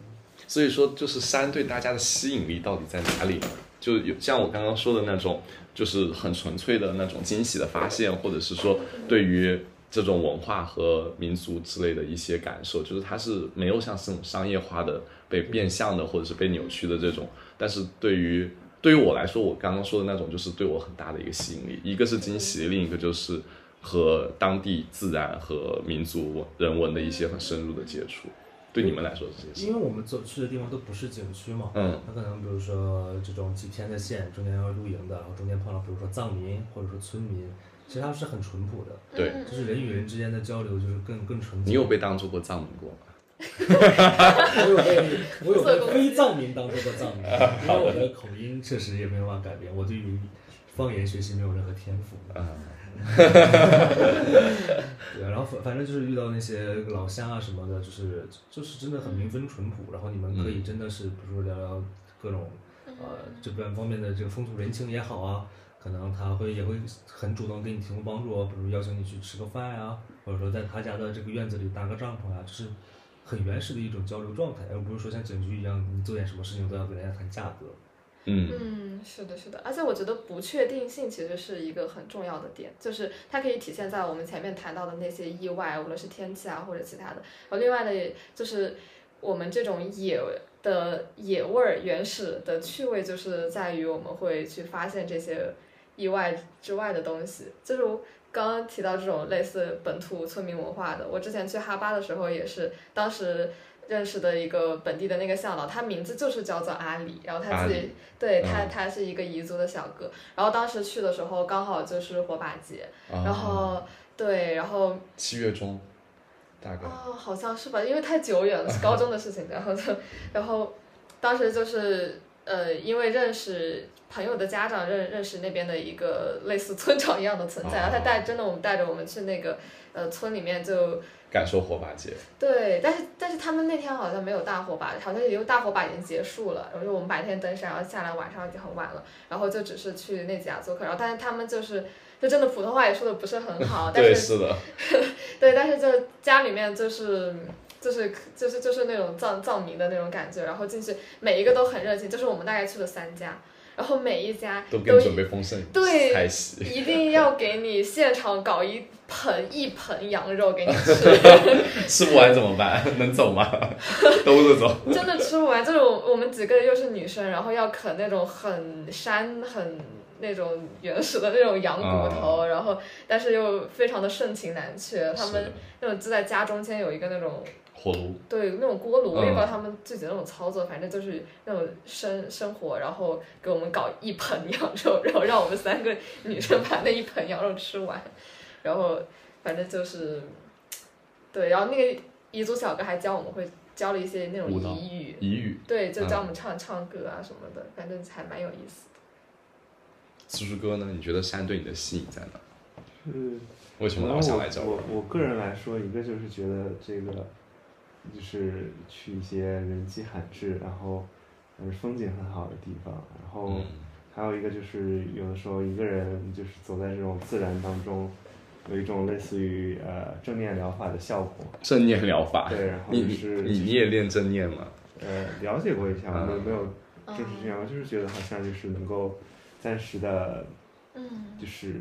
E: 所以说就是山对大家的吸引力到底在哪里呢？就有像我刚刚说的那种，就是很纯粹的那种惊喜的发现，或者是说对于这种文化和民族之类的一些感受，就是它是没有像这种商业化的被变相的或者是被扭曲的这种，但是对于对于我来说，我刚刚说的那种就是对我很大的一个吸引力，一个是惊喜，另一个就是和当地自然和民族人文的一些很深入的接触。对你们来说是这些
C: 因
E: 事，
C: 为我们走去的地方都不是景区嘛，
E: 嗯，
C: 那可能比如说这种几天的线，中间要露营的，然后中间碰到比如说藏民或者说村民，其实它是很淳朴的，
E: 对
D: 嗯
C: 就是人与人之间的交流就是更更纯洁。
E: 你有被当做过藏民过吗？
C: 我有被我有被非藏民当做过 藏民，因为我的口音确实也没有办法改变，我对于方言学习没有任何天赋。
E: 啊
C: 对，然后反反正就是遇到那些老乡啊什么的，就是就是真的很民风淳朴，然后你们
E: 嗯
C: 可以真的是比如说聊聊各种呃这边方面的这个风土人情也好啊。可能他会也会很主动给你提供帮助，比如邀请你去吃个饭呀、或者说在他家的这个院子里搭个帐篷啊，就是很原始的一种交流状态，而不是说像景区一样，你做点什么事情都要跟人家谈价格。
E: 嗯，
D: 嗯，是的，是的，而且我觉得不确定性其实是一个很重要的点，就是它可以体现在我们前面谈到的那些意外，无论是天气啊或者其他的。而另外呢，也就是我们这种野的野味儿、原始的趣味，就是在于我们会去发现这些意外之外的东西。就是我刚刚提到这种类似本土村民文化的，我之前去哈巴的时候也是，当时。认识的一个本地的那个向导，他名字就是叫做阿里，然后他自
E: 阿
D: 己
E: 里
D: 对
E: 嗯
D: 他，他是一个彝族的小哥。然后当时去的时候刚好就是火把节，然
E: 啊
D: 后对，然后
E: 七月中，大概
D: 哦，好像是吧，因为太久远了，是高中的事情。然后就，然后当时就是呃，因为认识朋友的家长认认识那边的一个类似村长一样的存在，然后他带真的我们带着我们去那个呃村里面就
E: 感受火把节，
D: 对，但是但是他们那天好像没有大火把，好像也就大火把已经结束了。然后就我们白天登山，然后下来晚上已经很晚了，然后就只是去那几家做客。然后但是他们就是就真的普通话也说的不是很好，哦但
E: 对，
D: 是
E: 是的，
D: 对但是就家里面就是。就是就是就是那种藏藏民的那种感觉，然后进去每一个都很热情，就是我们大概去了三家，然后每一家
E: 都给
D: 都
E: 你准备丰盛
D: 对
E: 菜席，
D: 一定要给你现场搞一盆一盆羊肉给你吃，
E: 吃不完怎么办？ 能 走吗？兜着走，
D: 真的吃不完，就是我我们几个又是女生，然后要啃那种很膻、很那种原始的那种羊骨头，
E: 啊
D: 然后但是又非常的盛情难却。他
E: 是
D: 们
E: 的
D: 那种就在家中间有一个那种
E: 火炉，
D: 对那种锅炉，我也
E: 嗯
D: 不知道他们具体的那种操作，反正就是那种生生火，然后给我们搞一盆羊肉，然后让我们三个女生把那一盆羊肉吃完，然后反正就是，对，然后那个彝族小哥还教我们会教了一些那种
E: 舞蹈
D: 彝语。
E: 彝语，
D: 对，就教
E: 嗯
D: 我们唱、唱歌啊什么的，反正还蛮有意思的。
E: 思叔哥呢？你觉得山对你的吸引在哪？
B: 嗯，
E: 为什么老想来找
B: 我我我个人来说，一个就是觉得这个就是去一些人迹罕至，然后呃风景很好的地方，然后
E: 嗯
B: 还有一个就是有的时候一个人就是走在这种自然当中，有一种类似于呃正念疗法的效果。
E: 正念疗法？
B: 对然后
E: 啊你
B: 就是
E: 你你也练正念吗？
B: 呃，了解过一下，我
E: 嗯
B: 没有正式这样，我就是觉得好像就是能够暂时的，
D: 嗯
B: 就是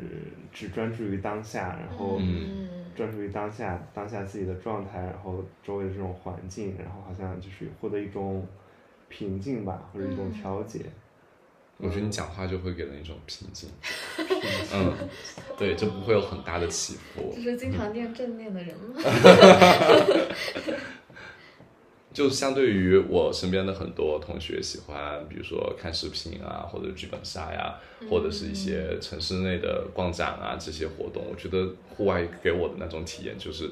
B: 只专注于当下，然后
D: 嗯
B: 专注于当下，当下自己的状态，然后周围的这种环境，然后好像就是获得一种平静吧，或者一种
D: 嗯
B: 调节。
E: 我觉得你讲话就会给人一种平 静，嗯，对，就不会有很大的起伏
G: 就。是经常练正念的人吗？
E: 就相对于我身边的很多同学喜欢，比如说看视频啊，或者剧本杀呀、或者是一些城市内的逛展啊这些活动，我觉得户外给我的那种体验就是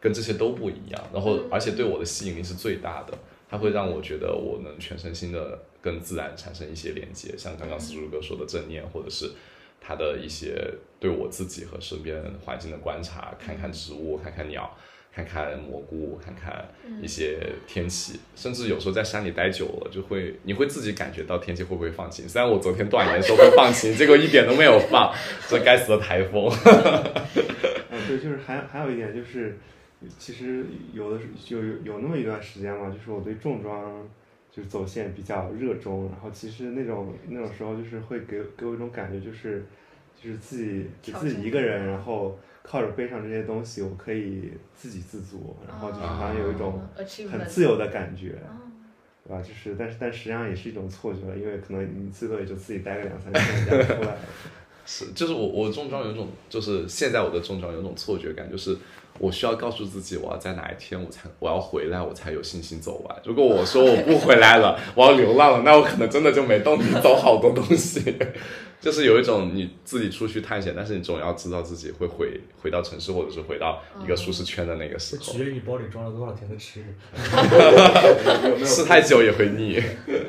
E: 跟这些都不一样，然后而且对我的吸引力是最大的，它会让我觉得我能全身心的跟自然产生一些连接，像刚刚思竹哥说的正念，或者是他的一些对我自己和身边环境的观察，看看植物，看看鸟，看看蘑菇，看看一些天气，甚至有时候在山里待久了，就会你会自己感觉到天气会不会放晴。虽然我昨天断言说会放晴，结果一点都没有放，这该死的台风。
B: 嗯，对，就是还还有一点就是，其实有的时有有有那么一段时间嘛，就是我对重装就是走线比较热衷，然后其实那种那种时候就是会给给我一种感觉，就是就是自己就
D: 挑
B: 自己
D: 战
B: 一个人，然后靠着背上这些东西，我可以自给自足，然
D: 哦
B: 后就是好像有一种
G: 嗯
B: 很自由的感觉。
G: 哦
B: 对吧？就是， 但是但实际上也是一种错觉了，因为可能你最多也就自己待个两三天，这样出来了。
E: 是，就是我我重装有一种，就是现在我的重装有一种错觉感，就是我需要告诉自己，我要在哪一天我才我要回来，我才有信心走完。如果我说我不回来了， 我要流浪了，那我可能真的就没动力走好多东西。 就是有一种你自己出去探险，但是你总要知道自己会回回到城市，或者是回到一个舒适圈的那个时
H: 这
D: 嗯
E: 候
H: 取，决于你包里装了多少天的吃 的。
E: 吃太久也会腻。
D: 因为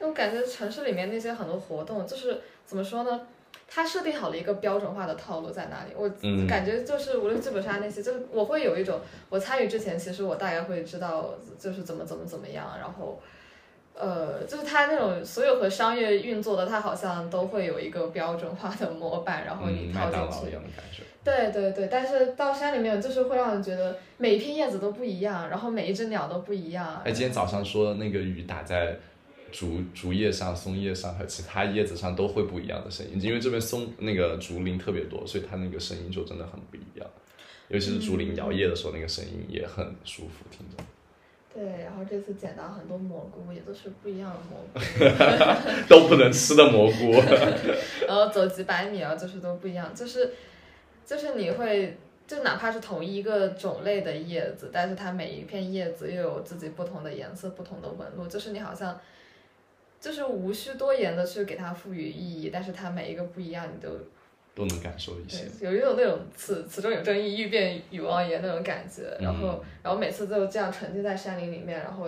D: 我感觉城市里面那些很多活动，就是怎么说呢？它设定好了一个标准化的套路在哪里？我
E: 嗯
D: 感觉就是无论剧本杀那些，就是我会有一种，我参与之前其实我大概会知道就是怎么怎么怎么样，然后，呃，就是它那种所有和商业运作的，它好像都会有一个标准化的模板，然后
E: 嗯，
D: 你
E: 麦
D: 套进
E: 当劳
D: 去
E: 一。样的感觉。
D: 对对对，但是到山里面就是会让人觉得每一片叶子都不一样，然后每一只鸟都不一样。
E: 哎，今天早上说那个雨打在竹竹叶上、松叶上和其他叶子上都会不一样的声音，因为这边松那个竹林特别多，所以它那个声音就真的很不一样。尤其是竹林摇曳的时候，那个声音也很舒服，听着。
D: 对，然后这次捡到很多蘑菇，也都是不一样的蘑菇，
E: 都不能吃的蘑菇，
D: 然后走几百米啊，就是都不一样，就是就是你会。就哪怕是同一个种类的叶子，但是它每一片叶子又有自己不同的颜色、不同的纹路，就是你好像，就是无需多言的去给它赋予意义，但是它每一个不一样，你都
E: 都能感受一些。
D: 对，有一种那种此此中有正义，欲辨与王爷那种感觉。然后，
E: 嗯
D: 然后每次就这样沉浸在山林里面，然后，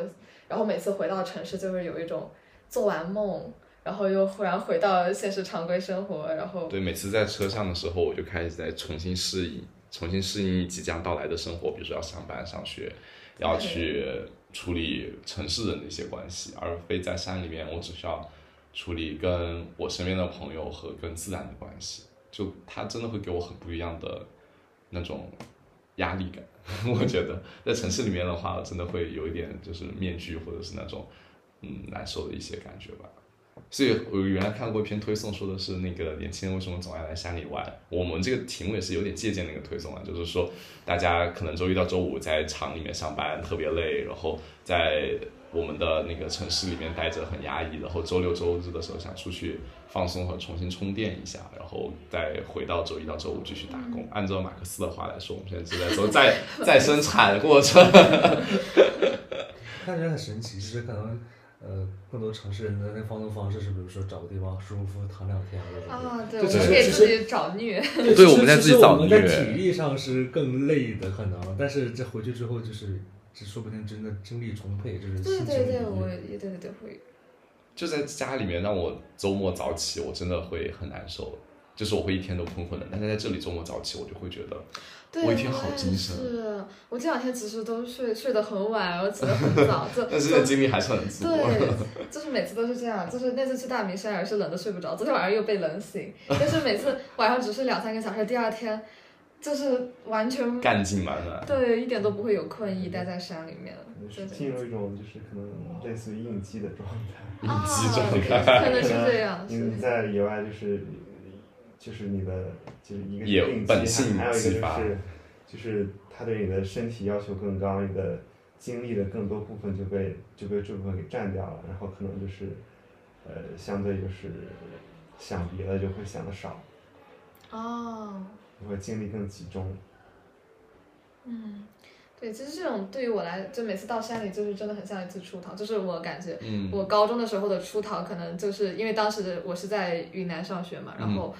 D: 然后每次回到城市，就会有一种做完梦，然后又忽然回到现实常规生活，然后
E: 对，每次在车上的时候，我就开始在重新适应，重新适应即将到来的生活，比如说要上班、上学，要去处理城市人的一些关系，而非在山里面，我只需要处理跟我身边的朋友和跟自然的关系。就它真的会给我很不一样的那种压力感。 我觉得在城市里面的话，真的会有一点就是面具或者是那种嗯难受的一些感觉吧。所以我原来看过一篇推送，说的是那个年轻人为什么总爱来山里玩。我们这个题目也是有点借鉴那个推送啊，就是说大家可能周一到周五在厂里面上班特别累，然后在我们的那个城市里面待着很压抑，然后周六周日的时候想出去放松和重新充电一下，然后再回到周一到周五继续打工。按照马克思的话来说，我们现在是在 走再再生产过程。
H: 看起来很神奇，就是可能呃，更多城市人的那放松方式是，比如说找个地方舒舒服服躺两天或者什么
D: 啊，对，
H: 就
D: 我
H: 只
D: 们
H: 是
D: 给
H: 只
D: 自
H: 是
D: 己找虐。
H: 的。
E: 对
H: 其实
E: 我们在自己
H: 其实
E: 找
H: 我们在
E: 虐
H: 体力上是更累的可能，但是这回去之后就是，这说不定真的精力充沛，就是
D: 对
H: 心情
D: 对对，
H: 愉悦
E: 嗯
D: 我也对对对会。
E: 就在家里面让我周末早起，我真的会很难受，就是我会一天都困困的。但是在这里周末早起，我就会觉得
D: 对，
E: 我一天好精神
D: 是我这两天其实都睡睡得很晚，然后起得很早，就
E: 但是
D: 就
E: 精力还是很足。
D: 呃
E: 啊
D: 对，就是每次都是这样，就是那次去大明山也是冷的睡不着，昨天晚上又被冷醒，但是每次晚上只睡两三个小时，第二天就是完全
E: 干劲满满。
D: 对，一点都不会有困意，待在山里面，
B: 就是进入一种就是可能类似于应激的状态，
D: 啊，
E: 激状
D: 可能是这样，
B: 因
D: 是
B: 为你在野外就是就是你的就是一个是
E: 野
B: 应激，
E: 本性
B: 还还有一个
E: 激
B: 就
E: 发
B: 是就是他对你的身体要求更高，你的精力的更多部分就被就被这部分给占掉了，然后可能就是呃相对就是想别的就会想的少，
D: 哦，
B: 就会精力更集中。
D: 嗯。对，其实这种对于我来，就每次到山里，就是真的很像一次出逃。就是我感觉，
E: 嗯，
D: 我高中的时候的出逃，可能就是因为当时我是在云南上学嘛，然后，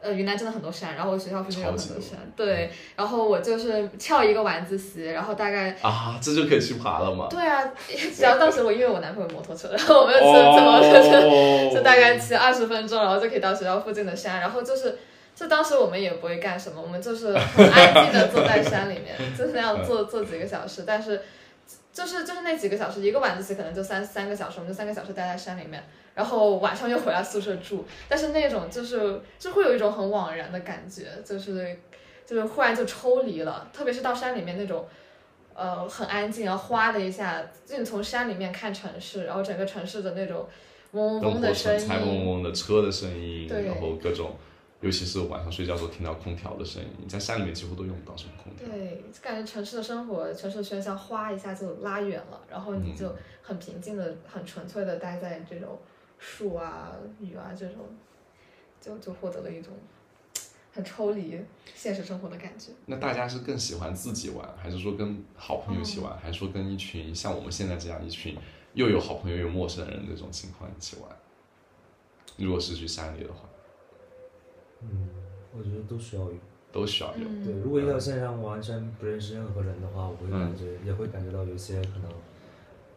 D: 呃，云南真的很多山，然后我学校附近有很
E: 超
D: 多
E: 级
D: 山，对，然后我就是翘一个晚自习，然后大概。
E: 啊，这就可以去爬了嘛。
D: 对啊， 只要当时我因为我男朋友摩托车，然后我们怎么就是就大概骑二十分钟，然后就可以到学校附近的山，然后就是就当时我们也不会干什么，我们就是很安静的坐在山里面，就是那样坐坐几个小时，但是就是就是那几个小时，一个晚自习可能就三三个小时，我们就三个小时待在山里面，然后晚上又回来宿舍住，但是那种就是就会有一种很惘然的感觉，就是就是忽然就抽离了，特别是到山里面那种。呃，很安静，然后哗的一下，就你从山里面看城市，然后整个城市的那种嗡嗡嗡
E: 灯火
D: 的声
E: 纯
D: 音，
E: 菜，嗡嗡的车的声音，
D: 对
E: 然后各种，尤其是晚上睡觉的时候听到空调的声音，你在山里面几乎都用不到什么空调。
D: 对，就感觉城市的生活，城市的喧嚣，哗一下就拉远了，然后你就很平静的、很纯粹的待在这种树啊、雨啊这种，就就获得了一种很抽离现实生活的感觉。
E: 那大家是更喜欢自己玩，还是说跟好朋友一起玩，还是说跟一群像我们现在这样一群又有好朋友又有陌生人这种情况一起玩？如果是去山里的话，
C: 嗯，我觉得都需要有。
E: 都需要
D: 嗯
E: 有。
C: 对，如果一条线上完全不认识任何人的话，我会
E: 嗯
C: 感觉、也会感觉到有一些可能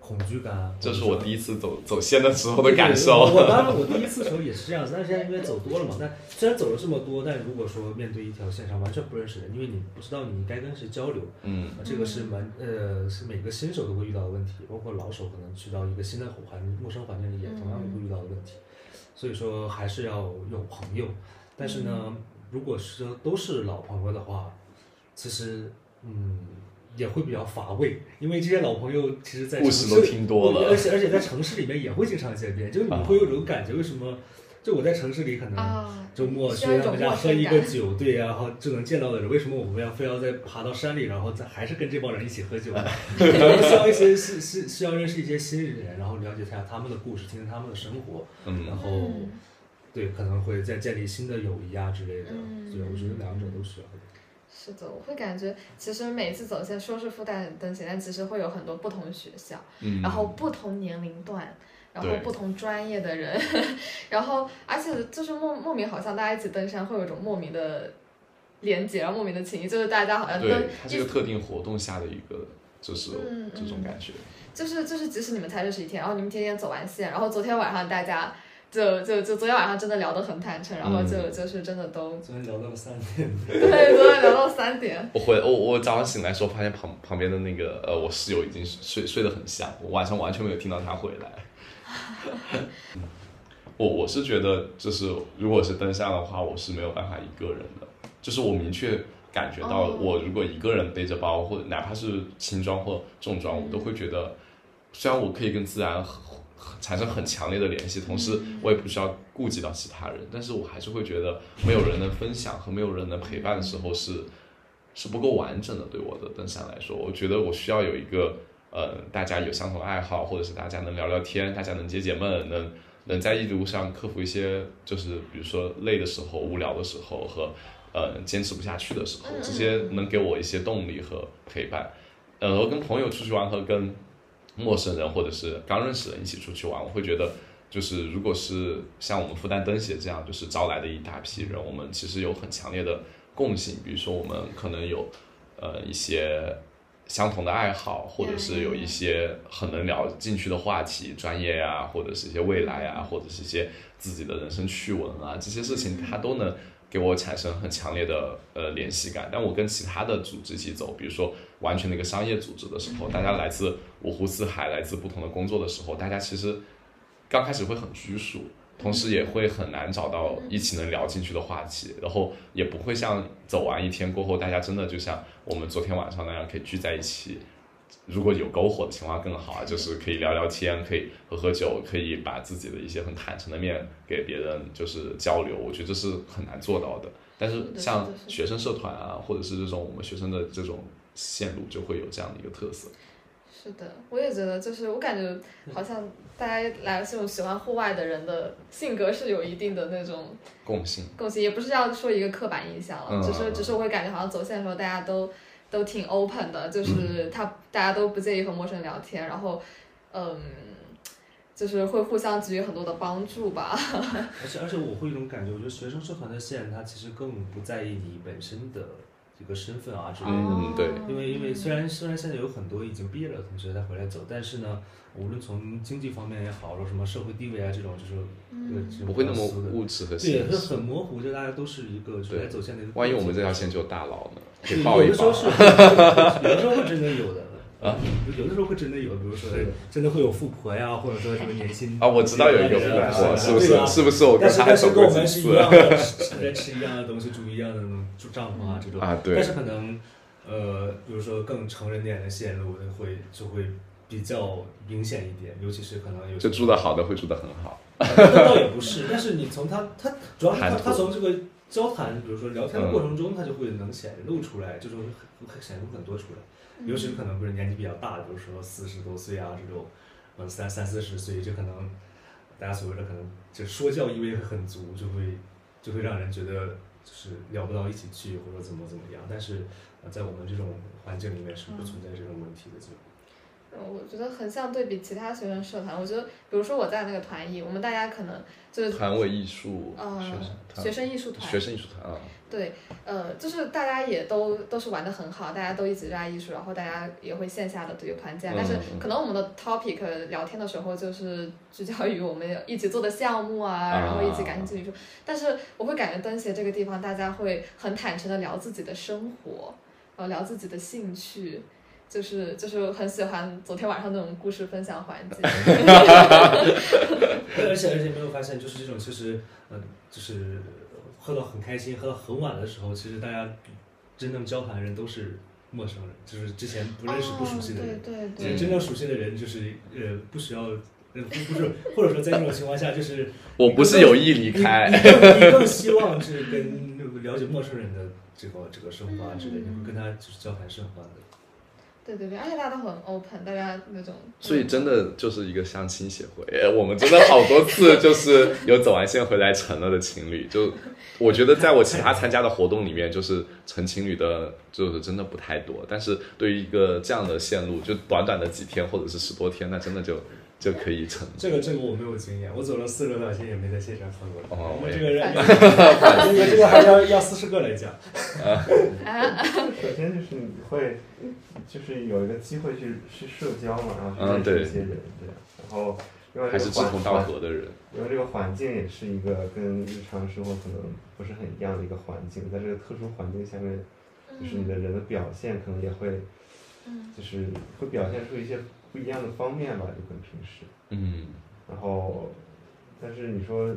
C: 恐惧感啊。
E: 这是
C: 或
E: 我
C: 者说
E: 第一次走走线的时候的感
C: 对我
E: 受。
C: 我当然我第一次的时候也是这样子，但是现在因为走多了嘛，但虽然走了这么多，但如果说面对一条线上完全不认识的人，因为你不知道你该跟谁交流，
E: 嗯
C: 这个是蛮呃是每个新手都会遇到的问题，包括老手可能去到一个新的环陌生环境里也同样会遇到的问题，所以说还是要有朋友，但是呢，如果是都是老朋友的话，其实嗯也会比较乏味，因为这些老朋友其实在
E: 故
C: 城
E: 事
C: 市
E: 都听多了
C: 而且而且在城市里面也会经常见面，就是你会有种感觉，为什么？就我在城市里可能
D: 啊，
C: 周末去他们家喝一个酒，对啊呀、然后就能见到的人，为什么我们要非要再爬到山里，然后再还是跟这帮人一起喝 酒呢？可能需要一些是是需要认识一些新人，然后了解一下他们的故事，听听他们的生活，然
E: 嗯，
C: 后对可能会再建立新的友谊啊之类的。
D: 嗯
C: 对，我觉得两者都需要的。
D: 是的，我会感觉其实每一次走线，说是复旦登线，但其实会有很多不同学校。
E: 嗯
D: 然后不同年龄段，然后
E: 对
D: 不同专业的人， 然后而且就是莫莫名好像大家一起登山会有一种莫名的连结，然后莫名的情谊，就是大家好像登
E: 对，它是一
D: 一
E: 个特定活动下的一个，就是
D: 嗯
E: 这种感觉。
D: 就是就是即使你们才认识一天，然后你们天天走完线，然后昨天晚上大家就就就昨天晚上真的聊得很坦诚，然后就、
E: 嗯
D: 就是真的都
C: 昨天聊到了三点，
D: 对，昨天聊到三点，
E: 我回我我早上醒来的时候，发现旁旁边的那个呃，我室友已经睡睡得很香，我晚上完全没有听到他回来。我我是觉得，就是如果是登山的话，我是没有办法一个人的，就是我明确感觉到，
D: 哦
E: 我如果一个人背着包，或者哪怕是轻装或重装，我都会觉得，虽然我可以跟自然和和产生很强烈的联系，同时我也不需要顾及到其他人，但是我还是会觉得没有人能分享和没有人能陪伴的时候是是不够完整的。对我的登山来说，我觉得我需要有一个呃，大家有相同爱好，或者是大家能聊聊天，大家能解解闷，能能在一路上克服一些，就是比如说累的时候、无聊的时候和呃坚持不下去的时候，这些能给我一些动力和陪伴。呃，我跟朋友出去玩和跟陌生人或者是刚认识的人一起出去玩，我会觉得。就是，如果是像我们复旦登协这样，就是招来的一大批人，我们其实有很强烈的共性，比如说我们可能有呃一些相同的爱好，或者是有一些很能聊进去的话题，专业呀、或者是一些未来啊，或者是一些自己的人生趣闻啊，这些事情它都能给我产生很强烈的呃联系感。但我跟其他的组织一起走，比如说完全的一个商业组织的时候，大家来自五湖四海，来自不同的工作的时候，大家其实刚开始会很拘束，同时也会很难找到一起能聊进去的话题，然后也不会像走完一天过后，大家真的就像我们昨天晚上那样可以聚在一起。如果有篝火的情况下更好啊，就是可以聊聊天，可以喝喝酒，可以把自己的一些很坦诚的面给别人就是交流，我觉得这是很难做到的。但是
D: 是的
E: 像
D: 是的是的
E: 学生社团啊，或者是这种我们学生的这种线路，就会有这样的一个特色。
D: 是的，我也觉得就是我感觉好像大家来这种喜欢户外的人的性格是有一定的那种。
E: 共性，
D: 共性，也不是要说一个刻板印象了，
E: 嗯
D: 只是只是我会感觉好像走线的时候大家都都挺 open 的，
E: 嗯
D: 就是他、大家都不介意和陌生人聊天，然后嗯，就是会互相给予很多的帮助吧。
C: 而且而且我会有一种感觉，我觉得学生社团的线，它其实更不在意你本身的这个身份啊之
D: 哦
C: 类的。
E: 嗯对
C: 因为因为虽然虽然现在有很多已经毕业了的同学他回来走，但是呢，无论从经济方面也好，或者什么社会地位啊这种，就是
D: 嗯
C: 对这种
E: 不会那么
C: 比较俗的
E: 物质和
C: 对，
E: 现
C: 就
E: 实
C: 很。模糊，就大家都是一个就
E: 对
C: 来走线的一个过程。
E: 万一我们这条线就有大佬呢？可以
C: 对
E: 抱一啊
C: 有的时
E: 抱
C: 候。 是，有的时候会真的有的。
E: 啊，
C: 有的时候会真的有，比如说真的会有富婆呀，或者说什么年薪
E: 啊，我知道有一个富
C: 对啊
E: 婆，是不
C: 对
E: 是？
C: 啊
E: 是不是我跟
C: 但是
E: 他还
C: 但是
E: 走
C: 跟
E: 过
C: 我
E: 几
C: 们是一
E: 次？
C: 样 的，吃在吃一样的东西，住一样的住帐篷啊这种
E: 啊对
C: 但是可能呃，比如说更成人点的线路会就会比较明显一点，尤其是可能有
E: 就住的好的会住的很好，
C: 那倒也不是，但是你从他他主要是他
E: 谈吐
C: 他从这个交谈，比如说聊天的过程中，他就会能显露出来，就是会会显露很多出来，尤其是可能不是年纪比较大的，比如说四十多岁啊这种，嗯三三四十岁，这可能大家所谓的可能就说教意味会很足，就会就会让人觉得就是聊不到一起去或者怎么怎么样。但是呃在我们这种环境里面是不存在这种问题的，就
D: 嗯我觉得横向对比其他学生社团，我觉得比如说我在那个团艺，我们大家可能就是
E: 团委艺术，
D: 呃
E: 学生团
D: 学生艺术团，
E: 学生艺术团啊，
D: 对，呃，就是大家也都都是玩的很好，大家都一直热爱艺术，然后大家也会线下的有团建，但是
E: 嗯嗯
D: 可能我们的 topic 聊天的时候就是聚焦于我们一起做的项目啊，
E: 啊
D: 然后一起感兴趣的艺术。但是我会感觉灯协这个地方，大家会很坦诚的聊自己的生活，然后聊自己的兴趣。就是就是很喜欢昨天晚上那种故事分享环节，
C: 而且而且没有发现，就是这种其实，嗯，就是喝到很开心，喝到很晚的时候，其实大家真正交谈的人都是陌生人，就是之前 不认识、不熟悉的人。
D: 哦、对对
C: 其
D: 对，
C: 实真正熟悉的人，就是呃，不需要，呃，不不是，或者说在这种情况下，就是
E: 我不是有意离开
C: 你，你更你更希望是跟了解陌生人的这个这个生活啊之类的，你会跟他就是交谈生活啊的。
D: 对对对，而且大家都很 open，大家那种，嗯
E: 所以真的就是一个相亲协会，哎我们真的好多次就是有走完线回来成了的情侣，就我觉得在我其他参加的活动里面，就是成情侣的，就是真的不太多。但是对于一个这样的线路，就短短的几天或者是十多天，那真的就就可以成。
C: 这个这个我没有经验，我走了四个到现在也没在线上碰过。
E: 哦
C: 我
E: 我也
C: 们这个人， 这个这个还要要四十个来讲。
B: 首先就是你会，就是有一个机会去去社交嘛，然后
E: 嗯
B: 去
E: 对
B: 认识一些人，对吧。然后另外
E: 还
B: 这
E: 是
B: 个
E: 志同
B: 环
E: 道
B: 环，
E: 合的人，
B: 因为这个环境也是一个跟日常生活可能不是很一样的一个环境，在这个特殊环境下面，就是
D: 嗯
B: 你的人的表现可能也会，就是会表现出一些不一样的方面吧，就跟平时。
E: 嗯，
B: 然后，但是你说，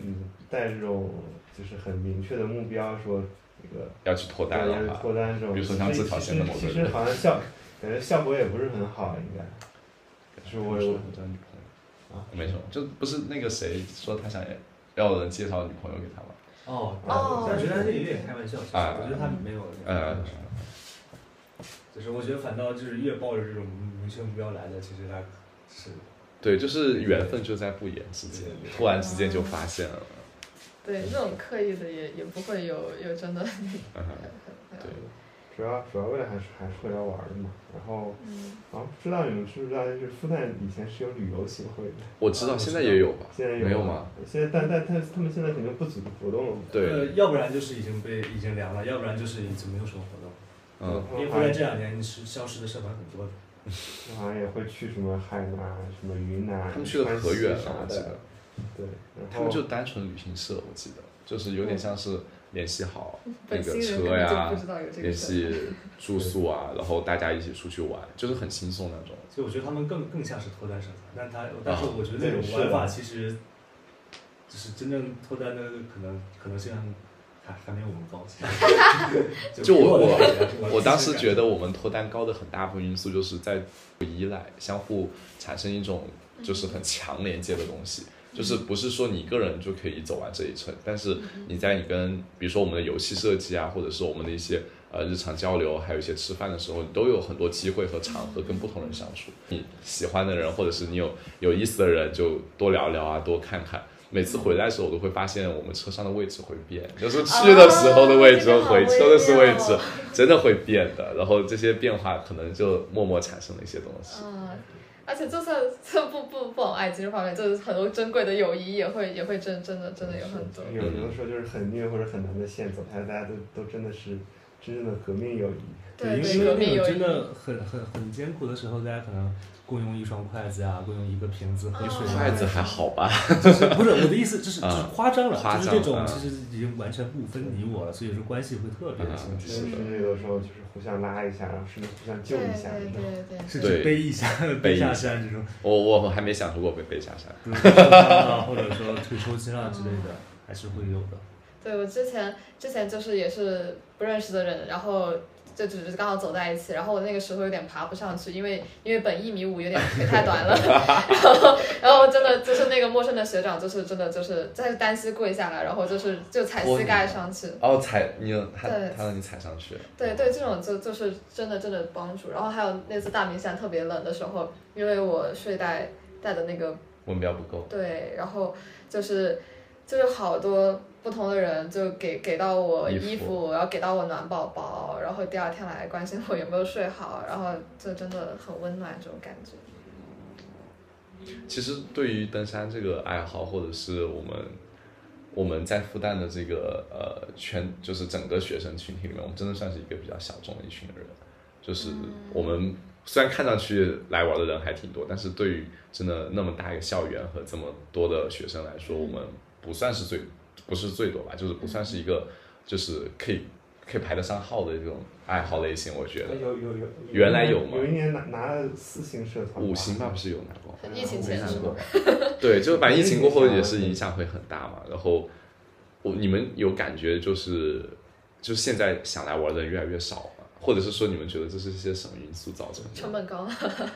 B: 嗯，带这种就是很明确的目标说那个。
E: 要去脱单
B: 对，
E: 了
B: 就是
E: 哈。
B: 脱单这种，
E: 比如说像这条线的某个
B: 其
E: 人
B: 实其实好像效，感觉效果也不是很好，应该。就是我有啊，
E: 没错，就不是那个谁说他想要人介绍女朋友给他吗？
C: 哦
D: 哦
C: 我觉得他这有点开玩笑，其实
E: 啊
C: 我觉得他没有。
E: 呃，
C: 就是我觉得反倒就是越抱着这种明确目标来的，其实他是
E: 对，就是缘分就在不言之间，突然之间就发现了。
D: 对这种刻意的也也不会有有真的，
E: 嗯，对，
B: 主要主要为了还是还是会来玩的嘛。然后，然后啊不知道你们知不知道，就是复旦以前是有旅游协会的，
E: 啊我知道现在也有吧？
B: 现在
E: 没有
B: 有
E: 啊吗？？
B: 现在但但但他们现在肯定不组织活动了嘛。
C: 呃
E: 对，，
C: 要不然就是已经被已经凉了，要不然就是已经没有什么活动。
E: 嗯，
B: 他
C: 因为
B: 们
C: 忽
B: 好
C: 然
B: 像
C: 这两年是消失的社团很多的。
B: 他们好像也会去什么海南、啊什么云南、
E: 他们去了
B: 川西
E: 河源啊
B: 啥
E: 了，我记
B: 的
E: 得，，
B: 对，
E: 他
B: 然
E: 们
B: 后
E: 就单纯旅行社，我记得就是有点像是联系好那
D: 本心
E: 个
D: 人
E: 车
D: 根本
E: 呀
D: 就不，知道有这
E: 联
D: 个事儿。
E: 系住宿啊，然后大家一起出去玩，就是很轻松那种。
C: 所以我觉得他们更更像是脱单社团，但
E: 啊
C: 他但是我觉得
B: 对
C: 那种
B: 是
C: 玩法
B: 的
C: 其实，就是真正脱单的可能可能性还还没有我们高。
E: 就我
C: 比
E: 我
C: 的感觉
E: 我当时觉
C: 得
E: 得我们脱单高的很大部分因素就是在依赖，相互产生一种就是很强连接的东西，就是不是说你一个人就可以走完这一程，但是你在你跟比如说我们的游戏设计啊，或者是我们的一些呃日常交流，还有一些吃饭的时候，你都有很多机会和场合跟不同人相处，你喜欢的人或者是你有有意思的人就多聊聊啊，多看看。每次回来的时候，我都会发现我们车上的位置会变，就是去的时候的位置
D: 啊
E: 和回
D: 这个好
E: 车的是
D: 微
E: 位
D: 妙
E: 置，真的会变的。然后这些变化可能就默默产生了一些东西。
D: 嗯，而且就算这不不不往爱情这方面，就是很多珍贵的友谊也会也会真真的真的有很多。
B: 有有的时候就是很虐或者很难的线走下来，大家都都真的是真正的革命友谊。
D: 对
C: 因
D: 对，
C: 为
D: 革
C: 因
D: 命
C: 为那
D: 友
C: 种真
D: 谊。
C: 的很很很艰苦的时候，大家可能共用一双筷子啊，共用一个瓶子喝水啊，
E: 筷子还好吧？
C: 就是不是我的意思，就是就是
E: 啊
C: 夸张了，
E: 夸
C: 就是
E: 张
C: 这种
E: 啊
C: 其实已经完全不分你我了，所以说关系会特别的亲
E: 啊
C: 近，
B: 甚至有的时候就是互相拉一下，然后甚至互相救
D: 对
B: 一下。
D: 对对对，
C: 甚
E: 对
C: 至背一下
E: 背
C: 背
E: 一
C: 下
E: 下
C: 山这种，
E: 我我还没享受过被背下山。
C: 就是受 伤啊，或者说腿抽筋啊之类的，
E: 嗯
C: 还是会有的。
D: 对我之前之前就是也是不认识的人，然后就只是刚好走在一起，然后我那个时候有点爬不上去，因为因为本一米五有点腿太短了，然后然后真的就是那个陌生的学长，就是真的就是在单膝跪下来，然后就是就踩膝盖上去，
E: 哦，踩你他
D: 对
E: 他让你踩上去，
D: 对对，这种就就是真的真的帮助。然后还有那次大明山特别冷的时候，因为我睡袋带的那个
E: 温标不够。
D: 对，然后就是就是好多不同的人就给给到我
E: 衣
D: 衣
E: 服
D: 服，然后给到我暖宝宝，然后第二天来关心我有没有睡好，然后就真的很温暖这种感觉。
E: 其实对于登山这个爱好，或者是我们我们在复旦的这个呃圈，就是整个学生群体里面，我们真的算是一个比较小众的一群人。就是我们虽然看上去来玩的人还挺多，但是对于真的那么大一个校园和这么多的学生来说，我们不算是最不是最多吧，就是不算是一个就是可以可以排得上号的这种爱好类型，我觉
B: 哎
E: 得。
B: 有有有，
E: 原来有吗
B: 有一年拿拿了四星社团吧，
E: 五星吧，不是有拿过？
D: 疫情前是吗？
E: 对，就是反正疫情过后也是影响会很大嘛。然后我你们有感觉就是，就现在想来玩的人越来越少嘛，或者是说你们觉得这是一些什么因素造成的？
D: 成本高，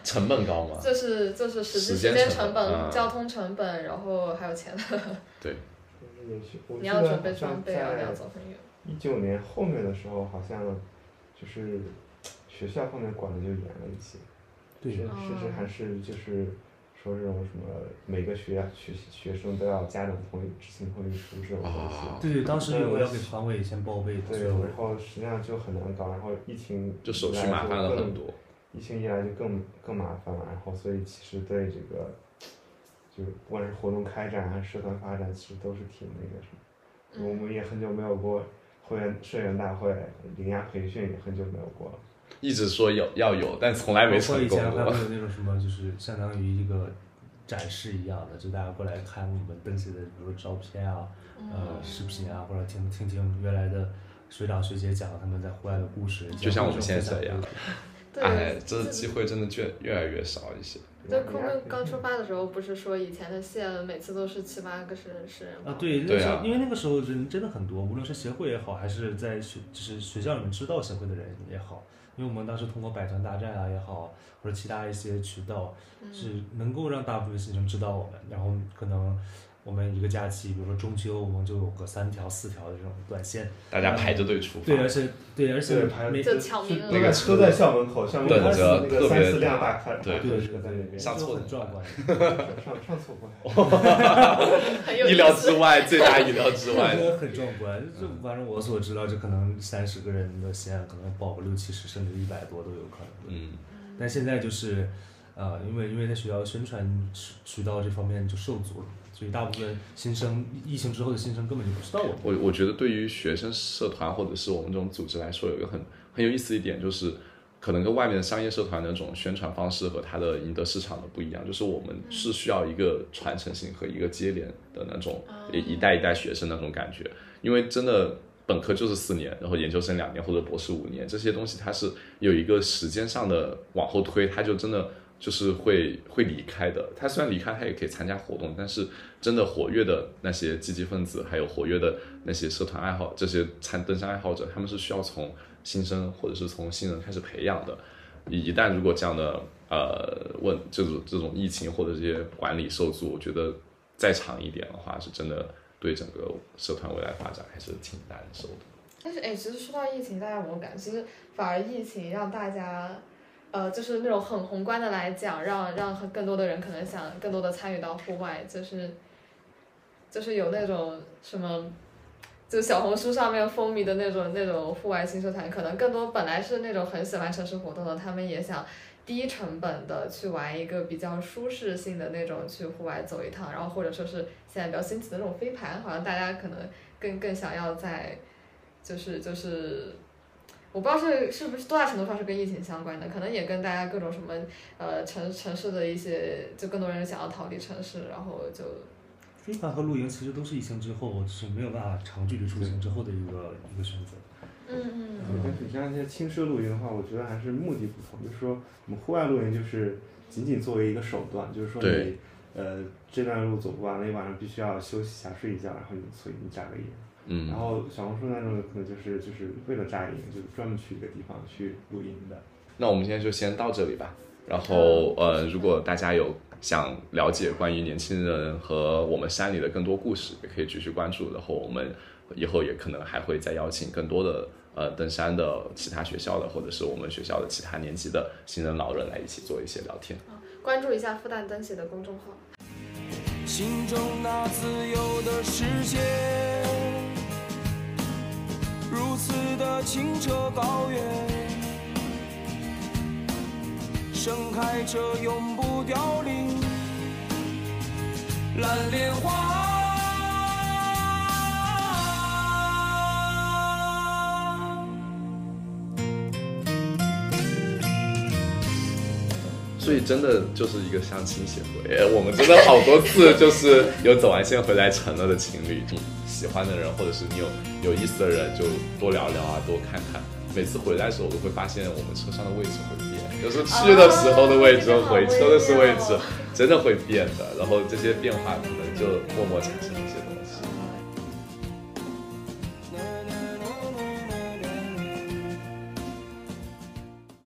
E: 成本高吗？
D: 就是就是实际
E: 时
D: 时
E: 间
D: 间
E: 成
D: 成
E: 本
D: 本、
E: 嗯
D: 交通成本，然后还有钱，
E: 对，
B: 也是。我
D: 你
B: 记
D: 要
B: 得
D: 准备
B: 好像
D: 装备，啊然后你
B: 在
D: 要走很远。
B: 一九年后面的时候，好像就是学校后面管的就严了一些，
C: 对
B: 甚甚至
D: 哦
B: 还是就是说这种什么每个学学学生都要家长同意、知情同意书这种东西。
E: 啊
C: 对对，当时
B: 对
C: 我
B: 我
C: 要给团委先报备的，
B: 对，
C: 所以我
B: 然后实际上就很难搞，然后疫情
E: 就手
B: 一来
E: 续麻
B: 就
E: 烦了
B: 更
E: 很多。
B: 疫情一来就更更麻烦了，然后所以其实对这个，就是不管是活动开展还是社团发展，其实都是挺那个什么。我们也很久没有过会员社员大会，零压培训也很久没有过了。
E: 一直说有要有，但从来没
C: 包括
E: 成
C: 以
E: 功
C: 前还会
E: 过。
C: 有那种什么，就是相当于一个展示一样的，就大家过来看我们登记的，比如照片啊、呃视频啊，或者听听听我们原来的学长学姐讲他们在户外的故事，
E: 就像我们现在这样，
D: 对，
E: 哎，这
D: 自
E: 机会真的越越来越少一些。
D: 对，
B: 零
D: 坤
B: 压
D: 坤
B: 培
D: 刚
B: 训
D: 出发的时候，不是说以前的线每次都是七八个是是人吗
C: 啊，， 对，那
E: 对
C: 时候
E: 啊
C: 因为那个时候人真的很多，无论是协会也好，还是在学就是学校里面知道协会的人也好，因为我们当时通过百团大战啊也好，或者其他一些渠道，是能够让大部分学生知道我们，然后可能我们一个假期，比如说中秋，我们就有个三条四条的这种短线，
E: 大家排着队出发
C: 对，，啊而且对，而且
B: 对排
C: 每
B: 队
D: 就抢名额。
E: 那个
B: 车在校门口，校门
E: 等
B: 口
E: 着
B: 那个
E: 特别
B: 三四辆
E: 大
B: 大卡
E: 对
C: 对
B: 车在那边，
E: 上
C: 就
E: 错了
C: 很壮观。
B: 上上错过。
D: 很有
E: 意
D: 意
E: 料
D: 思。
E: 之外，最大意料之外
C: 我。觉得很壮观。就
E: 嗯
C: 反正我所知道，就可能三十个人的线，可能报个六七十，甚至一百多都有可能。
E: 嗯，
C: 但现在就是，呃，因为因为在学校宣传渠渠道这方面就受阻了，所以大部分新生疫情之后的新生根本就不知道我们。
E: 我我觉得对于学生社团或者是我们这种组织来说，有一个很很有意思一点，就是可能跟外面的商业社团的那种宣传方式和它的赢得市场的不一样，就是我们是需要一个传承性和一个接连的那种一一代一代学生那种感觉，因为真的。本科就是四年，然后研究生两年或者博士五年，这些东西它是有一个时间上的往后推，它就真的就是会会离开的。他虽然离开，他也可以参加活动，但是真的活跃的那些积极分子，还有活跃的那些社团爱好，这些参登山爱好者，他们是需要从新生或者是从新人开始培养的。一一旦如果这样的呃问这种这种疫情或者这些管理受阻，我觉得再长一点的话，是真的对整个社团未来发展还是挺难受的。
D: 但是哎，其实说到疫情，大家有没有感觉，就是反而疫情让大家，呃，就是那种很宏观的来讲，让让更多的人可能想更多的参与到户外，就是，就是有那种什么。就小红书上面风靡的那种那种户外新社团，可能更多本来是那种很喜欢城市活动的，他们也想低成本的去玩一个比较舒适性的那种去户外走一趟，然后或者说是现在比较兴起的那种飞盘，好像大家可能更更想要在就是就是，我不知道是是不是多大程度上是跟疫情相关的，可能也跟大家各种什么呃城城市的一些，就更多人想要逃离城市，然后就
C: 飞盘和露营其实都是疫情之后是没有办法长距离出行之后的一个一个选择。
D: 嗯
B: 对，但是你像一些轻奢露营的话，我觉得还是目的不同。就是说，我们户外露营就是仅仅作为一个手段，就是说
E: 对
B: 你呃这段路走不完了，你晚上必须要休息一下，睡一觉，然后你所以你扎个营。
E: 嗯
B: 然，后小红书那种可能就是就是为了扎营，就是专门去一个地方去露营的。
E: 那我们今天就先到这里吧。然后呃，如果大家有想了解关于年轻人和我们山里的更多故事，也可以继续关注。然后我们以后也可能还会再邀请更多的呃登山的其他学校的，或者是我们学校的其他年级的新人老人来一起做一些聊天。
D: 关注一下复旦登写的公众号。
A: 心中那自由的世界。如此的清澈高远，盛开着永不凋零蓝莲花。
E: 所以真的就是一个相亲协会，哎我们真的好多次就是有走完线回来成了的情侣，嗯喜欢的人或者是你有有意思的人就多聊聊啊，多看看。每次回来的时候，我都会发现我们车上的位置会变，就是去的时候的位置
D: 啊
E: 和回车的时候
D: 这个好微
E: 位置
D: 妙哦
E: 真的会变的。然后这些变化可能就默默产生一些